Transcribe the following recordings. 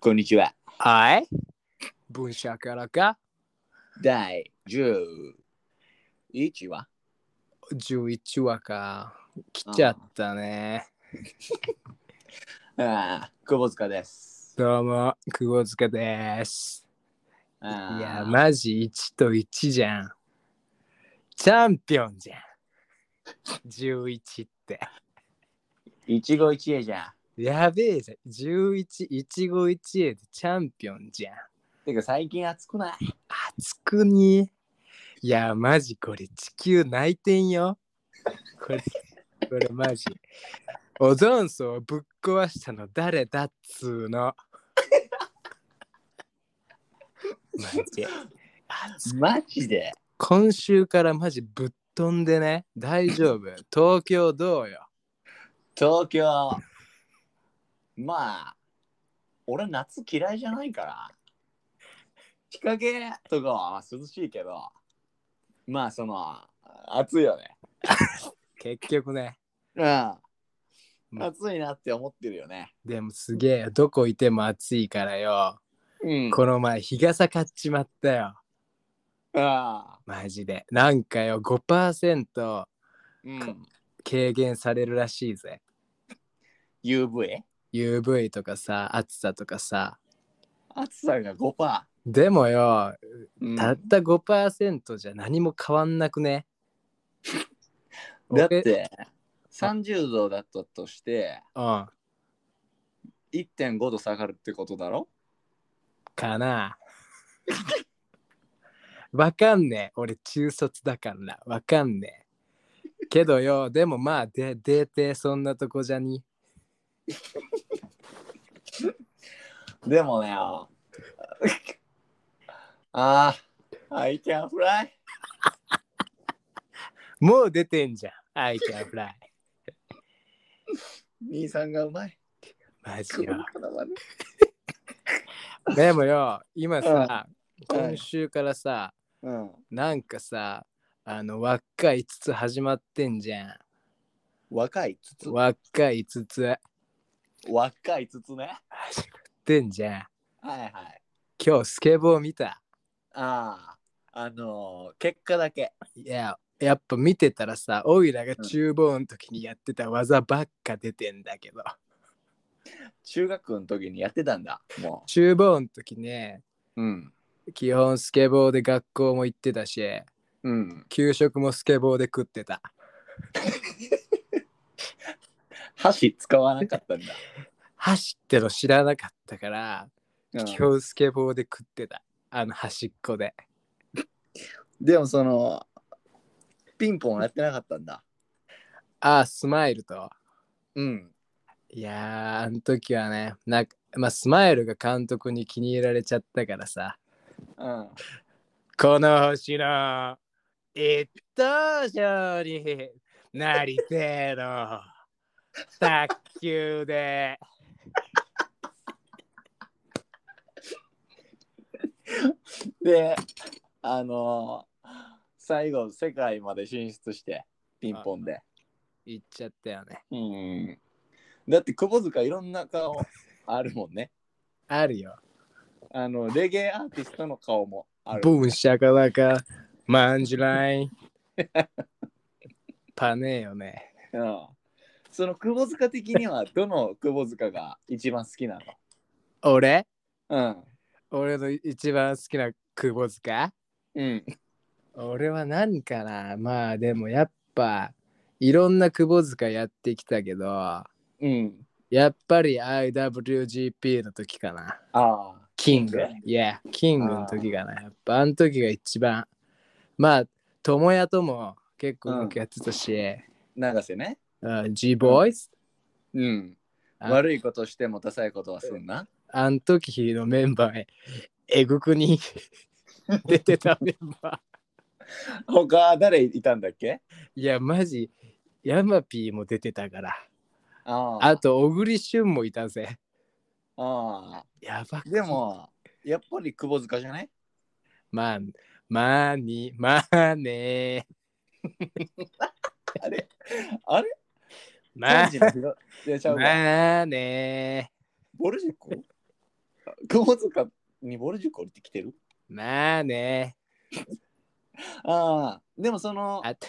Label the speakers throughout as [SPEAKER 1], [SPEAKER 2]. [SPEAKER 1] こんにちは。
[SPEAKER 2] はい。文社からか
[SPEAKER 1] 第11話
[SPEAKER 2] 11話か。来ちゃったね。
[SPEAKER 1] ああ、窪塚です。
[SPEAKER 2] どうも、久保塚です。い
[SPEAKER 1] あ
[SPEAKER 2] や、
[SPEAKER 1] あ
[SPEAKER 2] マジ1と1じゃん。チャンピオンじゃん。11って。
[SPEAKER 1] 一期一会じゃん。
[SPEAKER 2] やべえじゃん。11、一期一会でチャンピオンじゃん。
[SPEAKER 1] てか最近暑くない
[SPEAKER 2] 熱くに。いや、マジこれ地球泣いてんよ。これ、これマジ。オゾン層をぶっ壊したの誰だっつーの。マジ。熱く
[SPEAKER 1] マジで
[SPEAKER 2] 今週からマジぶっ飛んでね。大丈夫。東京どうよ。
[SPEAKER 1] 東京。まあ、俺夏嫌いじゃないから。日陰とかは涼しいけど、まあその、暑いよね。
[SPEAKER 2] 結局ね。
[SPEAKER 1] うん。暑いなって思ってるよね。
[SPEAKER 2] でもすげえよ。どこいても暑いからよ。
[SPEAKER 1] うん
[SPEAKER 2] この前日傘買っちまったよ。
[SPEAKER 1] ああ。
[SPEAKER 2] マジで。なんかよ、5%
[SPEAKER 1] うん。
[SPEAKER 2] 軽減されるらしいぜ。
[SPEAKER 1] UV?
[SPEAKER 2] UV とかさ、暑さとかさ。
[SPEAKER 1] 暑さが5%。
[SPEAKER 2] でもよ、
[SPEAKER 1] うん
[SPEAKER 2] たった5%じゃ何も変わんなくね。
[SPEAKER 1] だって30度だったとして
[SPEAKER 2] 俺。うん。
[SPEAKER 1] 1.5度下がるってことだろ
[SPEAKER 2] かな。わかんねえ。俺中卒だからな。わかんねえ。けどよ、でもまあ、で、出てそんなとこじゃに。
[SPEAKER 1] でもねあ あ I can fly
[SPEAKER 2] もう出てんじゃん。I can fly.
[SPEAKER 1] 兄さんがうまい
[SPEAKER 2] マジ
[SPEAKER 1] 来
[SPEAKER 2] よ
[SPEAKER 1] る。からだね
[SPEAKER 2] でもよ、今さ、
[SPEAKER 1] うん
[SPEAKER 2] 今週からさ、
[SPEAKER 1] うん
[SPEAKER 2] なんかさ、あの、若い5つ始まってんじゃ
[SPEAKER 1] 若いつつ
[SPEAKER 2] ん。若い5つ
[SPEAKER 1] 若いつつね
[SPEAKER 2] 始まってんじゃん。
[SPEAKER 1] はいはい
[SPEAKER 2] 今日スケボー見た。
[SPEAKER 1] あああのー結果だけ
[SPEAKER 2] いや、やっぱ見てたらさ、オイラが厨房の時にやってた技ばっか出てんだけど、
[SPEAKER 1] 中学の時にやってたんだも
[SPEAKER 2] 厨房の時ね、
[SPEAKER 1] ううん
[SPEAKER 2] 基本スケボーで学校も行ってたし、
[SPEAKER 1] うん
[SPEAKER 2] 給食もスケボーで食ってた。
[SPEAKER 1] 箸使わなかったんだ、
[SPEAKER 2] 走っての知らなかったから、
[SPEAKER 1] うん
[SPEAKER 2] 基本スケボーで食ってた。あの端っこで。
[SPEAKER 1] でもそのピンポンやってなかったんだ
[SPEAKER 2] ああ、スマイルと。
[SPEAKER 1] うん
[SPEAKER 2] いやー、あの時はね、なんか、まあ、スマイルが監督に気に入られちゃったからさ、
[SPEAKER 1] うん
[SPEAKER 2] この星の一等賞になりてえ の、卓球で。
[SPEAKER 1] であのー最後世界まで進出してピンポンで、
[SPEAKER 2] 行っちゃったよね。
[SPEAKER 1] うん、だって窪塚いろんな顔あるもんね
[SPEAKER 2] あるよ。
[SPEAKER 1] あのレゲエアーティストの顔もある
[SPEAKER 2] ブンシャカラカ、マンジュライン。パネよね。
[SPEAKER 1] うん、その窪塚的にはどの窪塚が一番好きな
[SPEAKER 2] 俺
[SPEAKER 1] の
[SPEAKER 2] 俺の一番好きな久保塚
[SPEAKER 1] うんうん
[SPEAKER 2] 俺は何かなまあでもやっぱいろんな久保塚やってきたけど
[SPEAKER 1] うん
[SPEAKER 2] やっぱり IWGP の時かな
[SPEAKER 1] ああ
[SPEAKER 2] キングいやキングの時かなやっぱあの時が一番まあ友也とも結構よくやってたし、
[SPEAKER 1] 永瀬ね
[SPEAKER 2] うん、G ボーイズ
[SPEAKER 1] うん
[SPEAKER 2] あ
[SPEAKER 1] 悪いことしてもダサいことはすんな
[SPEAKER 2] あの時のメンバーへえぐくに 出てたメンバー
[SPEAKER 1] 他誰いたんだっけ
[SPEAKER 2] いやマジヤマピーも出てたから
[SPEAKER 1] ああ
[SPEAKER 2] あと小栗旬もいたぜ
[SPEAKER 1] ああ
[SPEAKER 2] やばく
[SPEAKER 1] でも、やっぱり窪塚じゃない
[SPEAKER 2] まあ、まあに、まあね
[SPEAKER 1] あれあ れ
[SPEAKER 2] まあ
[SPEAKER 1] 当時の広いやちゃうわ
[SPEAKER 2] まあね
[SPEAKER 1] ボルジック宝塚にぼる塾降りてきてる
[SPEAKER 2] まあね。
[SPEAKER 1] ああ、でもその、
[SPEAKER 2] あと、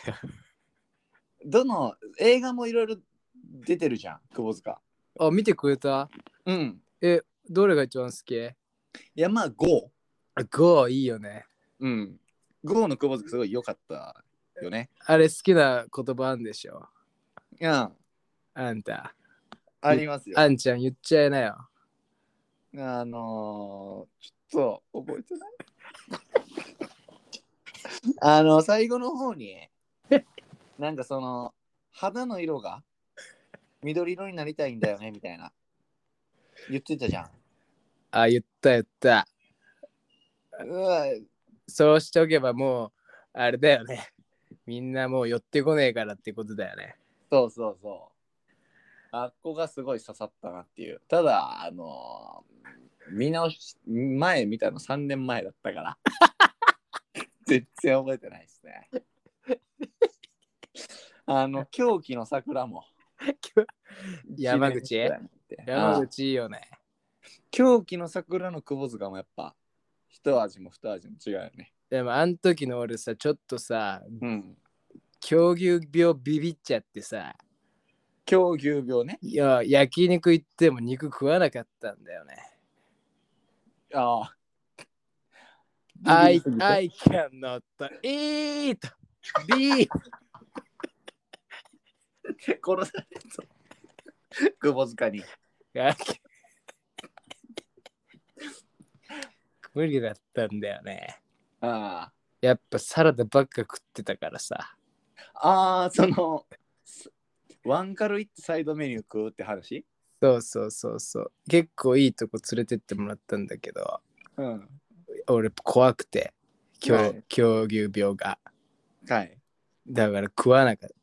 [SPEAKER 1] どの映画もいろいろ出てるじゃん、窪塚。
[SPEAKER 2] あ、見てくれた
[SPEAKER 1] うん。
[SPEAKER 2] どれが一番好き
[SPEAKER 1] いや、まあ、GO。
[SPEAKER 2] あ ?GO いいよね。
[SPEAKER 1] うん。GO の窪塚すごい良かったよね。
[SPEAKER 2] あれ好きな言葉あんでしょ
[SPEAKER 1] うん。
[SPEAKER 2] あんた。
[SPEAKER 1] ありますよ。あ
[SPEAKER 2] あんちゃん言っちゃいなよ。
[SPEAKER 1] のー、ちょっと覚えてない。あの、最後の方に、なんかその、肌の色が緑色になりたいんだよね、みたいな。言ってたじゃん。
[SPEAKER 2] あ、言った言った。
[SPEAKER 1] うわ
[SPEAKER 2] そうしておけばもう、あれだよね。みんなもう寄ってこねえからってことだよね。
[SPEAKER 1] そうそうそう。あっこがすごい刺さったなっていう。ただ、あのー見直し、前見たの3年前だったから。 全然覚えてないですね。あ の、狂気の桜も。
[SPEAKER 2] 山
[SPEAKER 1] 一年
[SPEAKER 2] 口
[SPEAKER 1] ぐらい見て
[SPEAKER 2] 山
[SPEAKER 1] あ
[SPEAKER 2] 口いいよね。
[SPEAKER 1] 狂気の桜の窪塚もやっぱ、一味も二味も違うよね。
[SPEAKER 2] でもあん時の俺さ、ちょっとさ、
[SPEAKER 1] うん。
[SPEAKER 2] 狂牛病ビビっちゃってさ、
[SPEAKER 1] 狂牛病ね。
[SPEAKER 2] いや焼肉行っても肉食わなかったんだよね。
[SPEAKER 1] ああ。
[SPEAKER 2] I,
[SPEAKER 1] ビビりすぎて
[SPEAKER 2] I cannot eat beef!
[SPEAKER 1] 殺されそう。 窪塚に。
[SPEAKER 2] 無理だったんだよね。
[SPEAKER 1] ああ。
[SPEAKER 2] やっぱサラダばっか食ってたからさ。
[SPEAKER 1] ああ、その、すワンカルイってサイドメニュー食うって話
[SPEAKER 2] そうそうそうそう。結構いいとこ連れてってもらったんだけど、
[SPEAKER 1] うん。
[SPEAKER 2] 俺怖くて、
[SPEAKER 1] は
[SPEAKER 2] 狂
[SPEAKER 1] い
[SPEAKER 2] 狂牛病が。
[SPEAKER 1] はい。
[SPEAKER 2] だから食わなかった。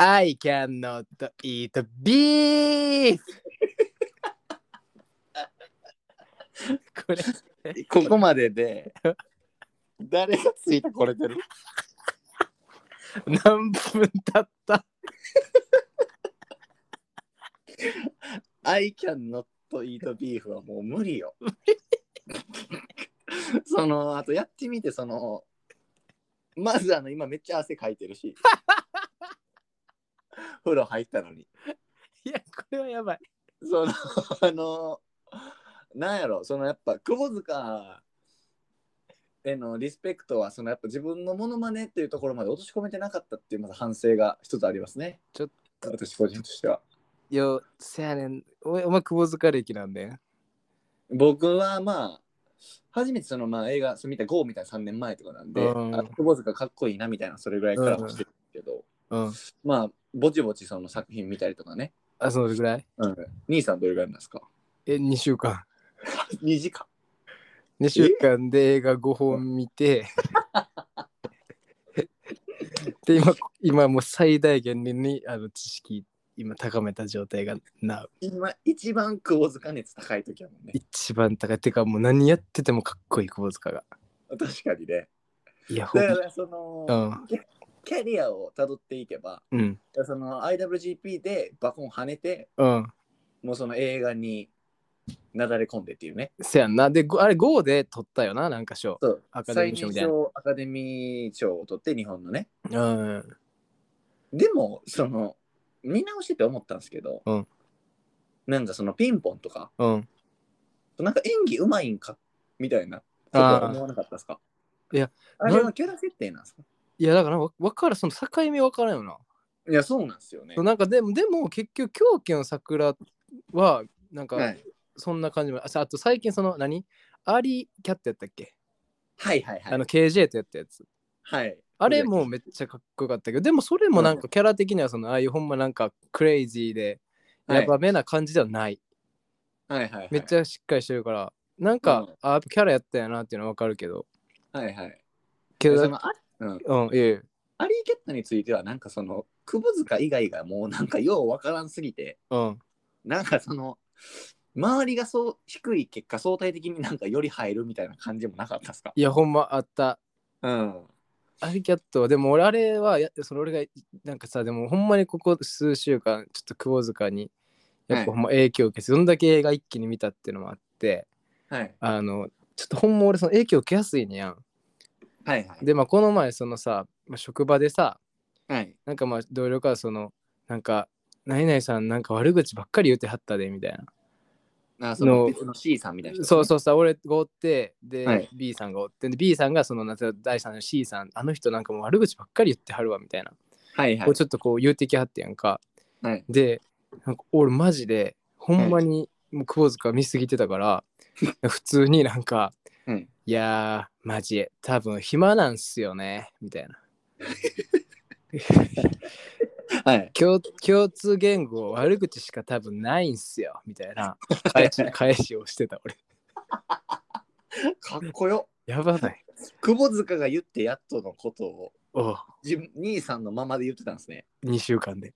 [SPEAKER 2] I cannot eat beef! これ、
[SPEAKER 1] ここまで で、誰がついてこれてる
[SPEAKER 2] 何分経った
[SPEAKER 1] ？I can not eat beef はもう無理よ。その、あとやってみて、その、まずあの、今めっちゃ汗かいてる し。風呂入ったのに。
[SPEAKER 2] いや、これはやばい。
[SPEAKER 1] その あのなんやろそのやっぱ窪塚へのリスペクトはそのやっぱ自分のモノマネっていうところまで落とし込めてなかったっていうまず反省が一つありますね
[SPEAKER 2] ちょっ
[SPEAKER 1] と私個人としては
[SPEAKER 2] よ、せやねん。おお前、久保塚歴なんだよ。
[SPEAKER 1] 僕はまあ初めてそのまあ映画それ見た GO みたいな3年前とかなんで、
[SPEAKER 2] うん
[SPEAKER 1] あ窪塚かっこいいなみたいなそれぐらいからはしてるけど、
[SPEAKER 2] うん。
[SPEAKER 1] まあぼちぼちその作品見たりとかね、
[SPEAKER 2] あ、そのぐらい
[SPEAKER 1] うん、兄さんどれぐらいなんですか
[SPEAKER 2] え、2週間。
[SPEAKER 1] 2時間
[SPEAKER 2] 2週間で映画5本見て。で、今、今もう最大限にあの知識、今高めた状態がな
[SPEAKER 1] 今一番窪塚熱高い時やもんね
[SPEAKER 2] 一番高い。てか、もう何やっててもかっこいい、久保塚が。
[SPEAKER 1] 確かにね
[SPEAKER 2] いや、ほん
[SPEAKER 1] だからその、
[SPEAKER 2] うん。
[SPEAKER 1] キャリアをたどっていけば
[SPEAKER 2] うん。
[SPEAKER 1] その IWGP でバコン跳ねて
[SPEAKER 2] うん。
[SPEAKER 1] もうその映画になだれ込んでっていうね
[SPEAKER 2] せやんな。で、ごあれ、GO で撮ったよな、なんか賞。
[SPEAKER 1] そう
[SPEAKER 2] アカデ
[SPEAKER 1] 最
[SPEAKER 2] ミー賞
[SPEAKER 1] 年
[SPEAKER 2] みたいな
[SPEAKER 1] 少アカデミー賞を取って日本のね
[SPEAKER 2] うん。
[SPEAKER 1] でもその見直してて思ったんですけど、
[SPEAKER 2] うん
[SPEAKER 1] なんかそのピンポンとか
[SPEAKER 2] うん。
[SPEAKER 1] なんか演技うまいんかみたいなことは思わなかったですか
[SPEAKER 2] ーいや
[SPEAKER 1] あれはキャラ設定なんですか
[SPEAKER 2] いやだからわわからんその境目わからんよな。
[SPEAKER 1] いやそうなんですよね
[SPEAKER 2] そうなんかでもでも結局狂気の桜はな
[SPEAKER 1] は
[SPEAKER 2] んか
[SPEAKER 1] い、
[SPEAKER 2] そんな感じも、あさあと最近その何アリキャットやったっけ、
[SPEAKER 1] はいはいはい
[SPEAKER 2] あの KJ とやったやつ。
[SPEAKER 1] はい
[SPEAKER 2] あれもめっちゃかっこよかったけどでもそれもなん
[SPEAKER 1] う
[SPEAKER 2] かキャラ的にはそのああいうほんまなんかクレイジーでやばめな感じではない。
[SPEAKER 1] はいはいはい
[SPEAKER 2] めっちゃしっかりしてるからなんか、
[SPEAKER 1] うん
[SPEAKER 2] あキャラやったやなっていうのはわかるけど。
[SPEAKER 1] はいはい
[SPEAKER 2] けど
[SPEAKER 1] そのあうん
[SPEAKER 2] うんいえいえ
[SPEAKER 1] アリーキャットについてはなんかその窪塚以外がもうなんかようわからんすぎて
[SPEAKER 2] うん
[SPEAKER 1] なんかその周りがそう低い結果相対的になんかより入るみたいな感じもなかったっすか
[SPEAKER 2] いやほんまあった
[SPEAKER 1] うん
[SPEAKER 2] アリキャットはでも俺あれはやその俺がなんかさでもほんまにここ数週間ちょっと久保塚にやっぱほんま影響を受けて、どんだけ映画一気に見たっていうのもあって
[SPEAKER 1] はい
[SPEAKER 2] あのちょっとほんま俺その影響受けやすいねやん
[SPEAKER 1] はいはい。
[SPEAKER 2] でまあこの前そのさ、まあ、職場でさ
[SPEAKER 1] はい。
[SPEAKER 2] なんかまあ同僚からそのなんか「何々さんなんか悪口ばっかり言ってはったで」みたいな
[SPEAKER 1] あその
[SPEAKER 2] の
[SPEAKER 1] 別の C さんみたいな人、
[SPEAKER 2] そうそうさ俺がおってで、
[SPEAKER 1] はい
[SPEAKER 2] B さんがおってで B さんがその夏第3の C さんあの人なんかもう悪口ばっかり言ってはるわみたいな、
[SPEAKER 1] はいはい
[SPEAKER 2] こう。ちょっとこう言うてきはってやんか
[SPEAKER 1] はい、
[SPEAKER 2] でなんか俺マジでほんまにもう窪塚見すぎて たから、普通になんか「
[SPEAKER 1] はい
[SPEAKER 2] やーマジ多分暇なんすよね」みたいな
[SPEAKER 1] はい。
[SPEAKER 2] 共共通言語悪口しか多分ないんすよみた いな返し返しをしてた俺
[SPEAKER 1] かっこよ。
[SPEAKER 2] やばない
[SPEAKER 1] 窪塚が言ってやっとのことを
[SPEAKER 2] おう
[SPEAKER 1] 自分兄さんのままで言ってたんですね。
[SPEAKER 2] 2週間で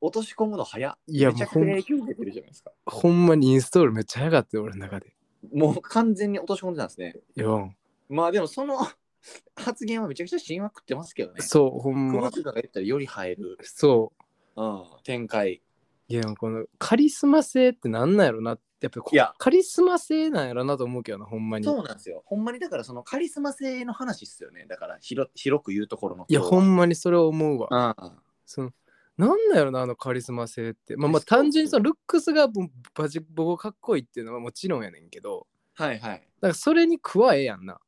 [SPEAKER 1] 落とし込むの早っ。
[SPEAKER 2] いや
[SPEAKER 1] めちゃ
[SPEAKER 2] も
[SPEAKER 1] くちゃ
[SPEAKER 2] うほんま
[SPEAKER 1] 影響受けてるじゃないですか。
[SPEAKER 2] ほんまにインストールめっちゃ早かったよ、俺の中で。
[SPEAKER 1] もう完全に落とし込んでたんですね。
[SPEAKER 2] よ
[SPEAKER 1] まあでもその 発言はめちゃくちゃ神話食ってますけどね。
[SPEAKER 2] そう、ほん
[SPEAKER 1] 窪
[SPEAKER 2] ま。
[SPEAKER 1] 塚が言ったらより入る、
[SPEAKER 2] そう。
[SPEAKER 1] うん、展開。
[SPEAKER 2] いや、このカリスマ性ってなんなんやろなやっぱこ
[SPEAKER 1] いや
[SPEAKER 2] カリスマ性なんやろなと思うけどな、ほんまに。
[SPEAKER 1] そうなんですよ。ほんまにだからそのカリスマ性の話っすよね。だから広広く言うところの。
[SPEAKER 2] いや、ほんまにそれを思うわ。
[SPEAKER 1] ま。うん
[SPEAKER 2] そのなんなんやろな、あのカリスマ性って。まあまあ、
[SPEAKER 1] そう
[SPEAKER 2] 単純にそのルックスがぼバジボコかっこいいっていうのはもちろんやねんけど、
[SPEAKER 1] はいはい。
[SPEAKER 2] だからそれに加えやんな。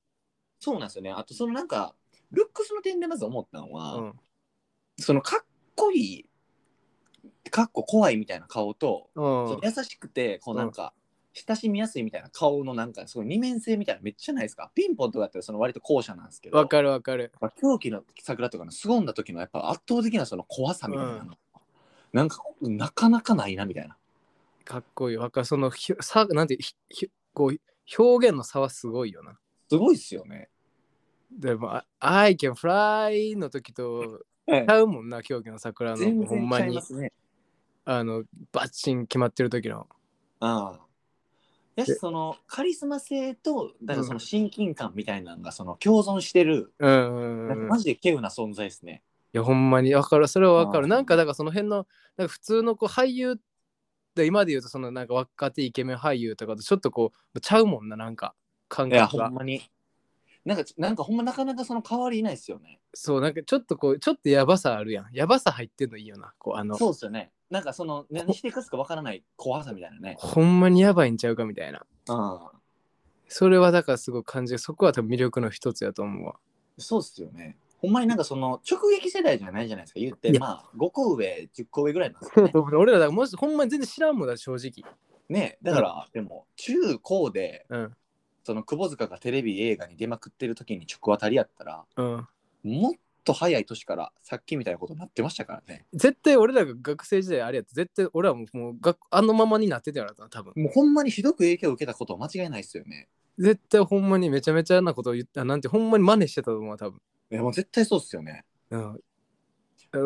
[SPEAKER 1] そうなんですよね。あとそのなんか、ルックスの点でまず思ったのは、
[SPEAKER 2] うん。
[SPEAKER 1] そのかっこいい、かっこ怖いみたいな顔と、
[SPEAKER 2] う
[SPEAKER 1] その
[SPEAKER 2] ん。
[SPEAKER 1] 優しくて、こうなんか、親しみやすいみたいな顔のなんか、すごい二面性みたいなめっちゃないですか。ピンポンとかだったらその割と後者なんですけど、
[SPEAKER 2] わかるわかる。
[SPEAKER 1] まあ狂気の桜とかの凄んだ時のやっぱ圧倒的なその怖さみたいなの、
[SPEAKER 2] うん
[SPEAKER 1] なんか、なかなかないなみたいな。
[SPEAKER 2] かっこいい。わかる。そのひょ、さ、なんて、ひひこう、表現の差はすごいよな。
[SPEAKER 1] すごいっすよね。
[SPEAKER 2] でも、あ I can fly の時と、
[SPEAKER 1] はい
[SPEAKER 2] ちゃうもんな、狂気の桜
[SPEAKER 1] 全
[SPEAKER 2] の、ほ
[SPEAKER 1] 然
[SPEAKER 2] んま
[SPEAKER 1] 違い
[SPEAKER 2] に
[SPEAKER 1] ま、すね。
[SPEAKER 2] あの、バッチン決まってる時の。
[SPEAKER 1] ああ。やし、
[SPEAKER 2] で
[SPEAKER 1] そのカリスマ性と、だからその親近感みたいなのが、その共存してる、
[SPEAKER 2] うんう
[SPEAKER 1] な
[SPEAKER 2] ん
[SPEAKER 1] んか
[SPEAKER 2] うんうん。
[SPEAKER 1] マ
[SPEAKER 2] い
[SPEAKER 1] ジで稀有な存在ですね。
[SPEAKER 2] や、ほんまに、わかる、それはわか
[SPEAKER 1] う
[SPEAKER 2] る。
[SPEAKER 1] ん
[SPEAKER 2] なんか、だからその辺の、なんか普通のこう俳優で、今で言うと、そのなんか若手イケメン俳優とかと、ちょっとこう、ちゃうもんな、なんか、感
[SPEAKER 1] いや、
[SPEAKER 2] 覚
[SPEAKER 1] ほ
[SPEAKER 2] が
[SPEAKER 1] ん。まに。なんか、なんかほんまなかなかその変わりいないですよね。
[SPEAKER 2] そう、なんかちょっとこう、ちょっとやばさあるやん。やばさ入ってんのいいよな、こう、あの、
[SPEAKER 1] そうですよね。なんかその、何していくすかわからない怖さみたいなね。
[SPEAKER 2] ほんまにやばいんちゃうかみたいな。
[SPEAKER 1] うん。
[SPEAKER 2] それはだからすごい感じる。そこは多分魅力の一つやと思うわ。
[SPEAKER 1] そうっすよね。ほんまになんかその直撃世代じゃないじゃないですか。言っ
[SPEAKER 2] い
[SPEAKER 1] て、
[SPEAKER 2] や
[SPEAKER 1] まあ、5個上、10個上ぐらいなんですか
[SPEAKER 2] そう
[SPEAKER 1] ね。
[SPEAKER 2] そう俺らだからもしほんまに全然知らんもんだ正直
[SPEAKER 1] ねだから、でも、中高で、
[SPEAKER 2] うん
[SPEAKER 1] その窪塚がテレビ映画に出まくってる時に直渡りやったら、
[SPEAKER 2] うん
[SPEAKER 1] もっと早い年からさっきみたいなことになってましたからね。
[SPEAKER 2] 絶対俺らが学生時代あれやった絶対俺らももう学あのままになってたやろな多分
[SPEAKER 1] もうほんまにひどく影響を受けたことは間違いないですよね。
[SPEAKER 2] 絶対ほんまにめちゃめちゃなことを言ったなんてほんまに真似してたと思うわ多分
[SPEAKER 1] いやもう絶対そうっすよね。
[SPEAKER 2] うんだから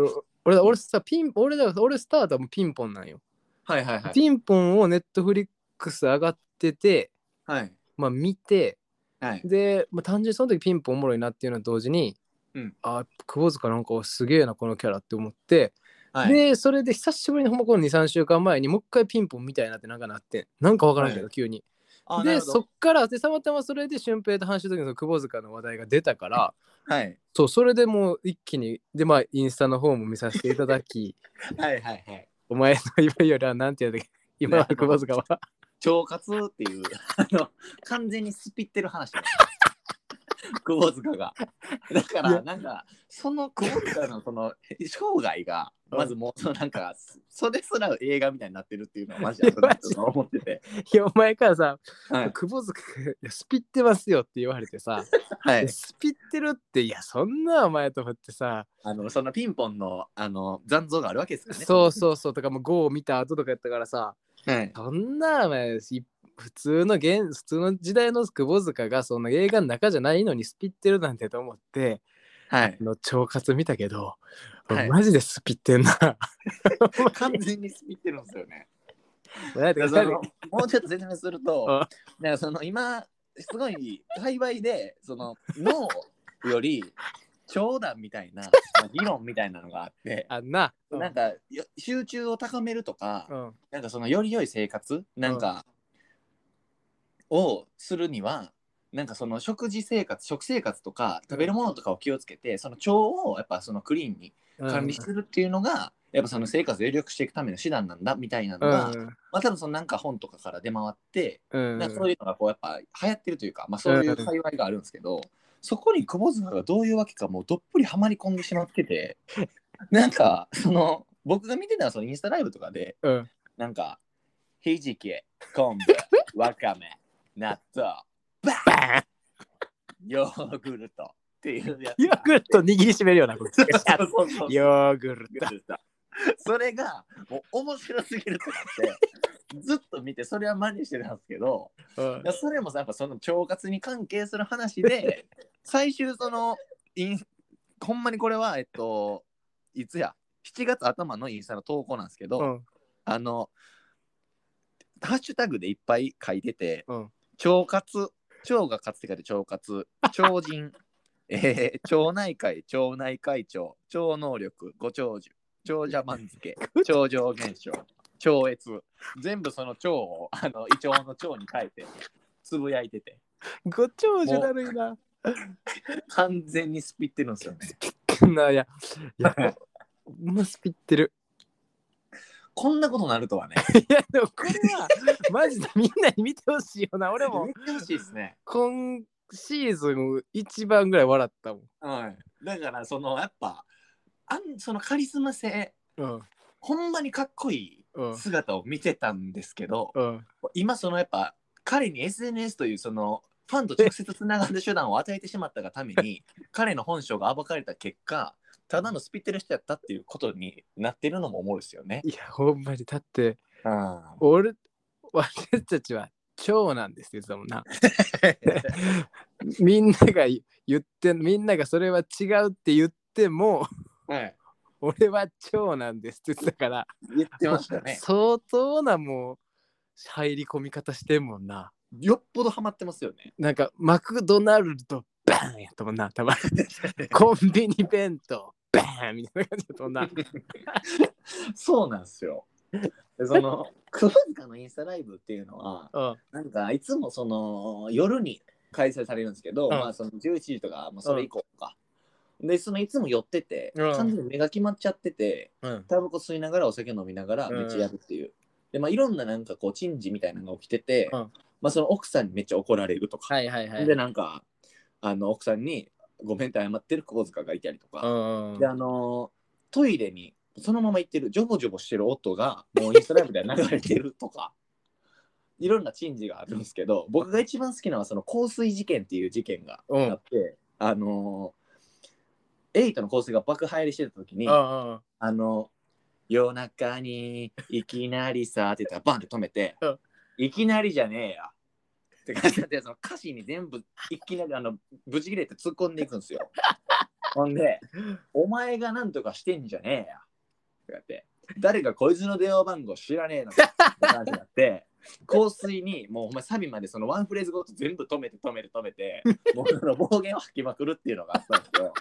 [SPEAKER 2] 俺俺さピン俺だ俺スタートはもうピンポンなんよ、
[SPEAKER 1] はいはいは。
[SPEAKER 2] ピンポンをネットフリックス上がってて
[SPEAKER 1] はい。
[SPEAKER 2] まあ見て
[SPEAKER 1] はい。
[SPEAKER 2] で、まあ、単純にその時ピンポンおもろいなっていうのは同時に、
[SPEAKER 1] うん
[SPEAKER 2] あ窪塚なんかすげえなこのキャラって思って、
[SPEAKER 1] はい、
[SPEAKER 2] でそれで久しぶりにほんまこの23週間前にもう一回ピンポンみたいなってなんかなってんなんかわからんけど、
[SPEAKER 1] は
[SPEAKER 2] 急に
[SPEAKER 1] あな
[SPEAKER 2] で
[SPEAKER 1] るほど
[SPEAKER 2] そっからでたまたまそれで俊平と話した時のその窪塚の話題が出たから
[SPEAKER 1] はい
[SPEAKER 2] そうそれでもう一気にでまあインスタの方も見させていただき
[SPEAKER 1] はいはいはい。
[SPEAKER 2] お前の今よりはなんて言うんだっけ今の
[SPEAKER 1] なるほど
[SPEAKER 2] 窪塚は
[SPEAKER 1] 腸活っていう、 あの、完全にすぴってる話だよ。 窪塚が。だか
[SPEAKER 2] い
[SPEAKER 1] ら、
[SPEAKER 2] や
[SPEAKER 1] なんか、その窪塚のその、生涯が、まずもう、そのなんか、それすら映画みたいになってるっていうのはマジでな と思ってて。
[SPEAKER 2] いやお前からさ
[SPEAKER 1] はい。
[SPEAKER 2] 窪塚いやスピってますよって言われてさ、
[SPEAKER 1] はい
[SPEAKER 2] や
[SPEAKER 1] い。
[SPEAKER 2] スピってるっていやそんなお前と思ってさ
[SPEAKER 1] あの、そのピンポンの、あの、残像があるわけですからね。
[SPEAKER 2] そうそうそうとかもう GO を見た後とかやったからさ
[SPEAKER 1] はい。
[SPEAKER 2] そんな、まあ、い普通の現普通の時代の窪塚がその映画の中じゃないのにスピってるなんてと思って
[SPEAKER 1] はい
[SPEAKER 2] あ。の腸活見たけど、
[SPEAKER 1] はい
[SPEAKER 2] マジでスピってんな。
[SPEAKER 1] 完全にすぴってるんですよね。
[SPEAKER 2] な
[SPEAKER 1] だ
[SPEAKER 2] んか
[SPEAKER 1] からそのもうちょっと説明すると、
[SPEAKER 2] うん
[SPEAKER 1] だからその今、すごい、界隈で、その脳より、長談みたいな、まあ、議論みたいなのがあって、
[SPEAKER 2] あんな。うん
[SPEAKER 1] なんかよ集中を高めるとか、
[SPEAKER 2] うん。
[SPEAKER 1] なんかそのより良い生活なんか、をするにはなんかその食事生活食生活とか食べるものとかを気をつけてその腸をやっぱそのクリーンに
[SPEAKER 2] うん
[SPEAKER 1] 管理するっていうのが、やっぱその生活を有力していくための手段なんだみたいなのが、まあ多分そのなんか本とかから出回って、
[SPEAKER 2] うん。
[SPEAKER 1] なんかそういうのがこうやっぱ流行ってるというか、まあ、そういう幸いがあるんですけど、そこに窪塚がどういうわけかもうどっぷりはまり込んでしまってて なんかその僕が見てたのはそのインスタライブとかで
[SPEAKER 2] うん。
[SPEAKER 1] なんか、ひじき、昆布、わかめ、納豆、
[SPEAKER 2] バーン
[SPEAKER 1] ヨーグルトっていうやつ。
[SPEAKER 2] ヨーグルト握りしめるよな、これ。
[SPEAKER 1] そうそうそう
[SPEAKER 2] ヨーグルト。
[SPEAKER 1] それがもう面白すぎるとかってずっと見てそれは真似してたんですけど
[SPEAKER 2] うん
[SPEAKER 1] いやそれもさやっぱその腸活に関係する話 で最終そのインほんまにこれはえっといつや7月頭のインスタの投稿なんですけど、
[SPEAKER 2] うん。
[SPEAKER 1] あの、ハッシュタグでいっぱい書いてて、
[SPEAKER 2] うん
[SPEAKER 1] 腸活、腸が活って書いて腸活、腸人、 えー腸内会、腸内会長、腸能力、ご長寿、長者番 付、超常現象、超越、全部その腸を、あの、胃腸の腸に書いて、つぶやいてて、
[SPEAKER 2] ご長寿だるいな。
[SPEAKER 1] 完全にスピってるんですよね。
[SPEAKER 2] な、いや、い や、もうスピってる。
[SPEAKER 1] こんなことなるとはね、
[SPEAKER 2] いや、でもこれは、マジでみんなに見てほしいよな。俺も
[SPEAKER 1] 見、てほしいですね。
[SPEAKER 2] 今シーズン一番ぐらい笑ったもん。
[SPEAKER 1] うん、だからそのやっぱあんそのカリスマ性
[SPEAKER 2] うん。
[SPEAKER 1] ほんまにかっこい
[SPEAKER 2] うん
[SPEAKER 1] い。姿を見てたんですけど、
[SPEAKER 2] うん。
[SPEAKER 1] 今そのやっぱ彼に SNS というそのファンと直接つながる手段を与えてしまったがため に彼の本性が暴かれた結果ただのスピってる人やったっていうことになってるのも思うんですよね。
[SPEAKER 2] いや、ほんまに、だって、
[SPEAKER 1] うん、
[SPEAKER 2] 俺、私たちは長なんですって言ってたもん な。みんなが言言ってみんながそれは違うって言っても
[SPEAKER 1] はい
[SPEAKER 2] 俺は長なんですって言ってたから
[SPEAKER 1] 言ってましたね。
[SPEAKER 2] 相当なもう入り込み方してんもんな
[SPEAKER 1] よっぽどハマってますよね。
[SPEAKER 2] なんかマクドナルドバーンやったもんな多 分コンビニ弁当バーンみたいな感じだったもんな
[SPEAKER 1] そうなんですよ。 でその久保塚のインスタライブっていうのは
[SPEAKER 2] う
[SPEAKER 1] な
[SPEAKER 2] ん
[SPEAKER 1] んかいつもその夜に開催されるんですけど、
[SPEAKER 2] ん
[SPEAKER 1] まあその11時とか、まあ、それ以降とか、でそのいつも寄ってて、
[SPEAKER 2] うん
[SPEAKER 1] 完全に目が決まっちゃってて
[SPEAKER 2] うん
[SPEAKER 1] タバコ吸いながらお酒飲みながら
[SPEAKER 2] うん
[SPEAKER 1] めっちゃやるっていう、でまあいろんななんかこう珍事みたいなのが起きてて、
[SPEAKER 2] うん
[SPEAKER 1] まあその奥さんにめっちゃ怒られるとか、
[SPEAKER 2] はいはいはい
[SPEAKER 1] でなんかあの奥さんにごめんって謝ってる小塚がいたりと
[SPEAKER 2] う
[SPEAKER 1] か、
[SPEAKER 2] んうん
[SPEAKER 1] であのートイレにそのまま行ってるジョボジョボしてる音がもうインスタライブでは流れてるとか いろんな珍事があるんですけど僕が一番好きなのはその香水事件っていう事件が
[SPEAKER 2] うん
[SPEAKER 1] あって、あのーエイトの香水が爆破入りしてた時に、
[SPEAKER 2] うんうん
[SPEAKER 1] あの夜中にいきなりさって言ったらバンって止めて、
[SPEAKER 2] うん
[SPEAKER 1] いきなりじゃねえよって感じでその歌詞に全部いきなりあのブチ切れて突っ込んでいくんですよ。ほんで「お前が何とかしてんじゃねえよ」とかって「誰かこいつの電話番号知らねえのか」って感じになって。香水にもうお前サビまでそのワンフレーズごと全部止めて止めて止めてもうその暴言を吐きまくるっていうのがあったんですよ。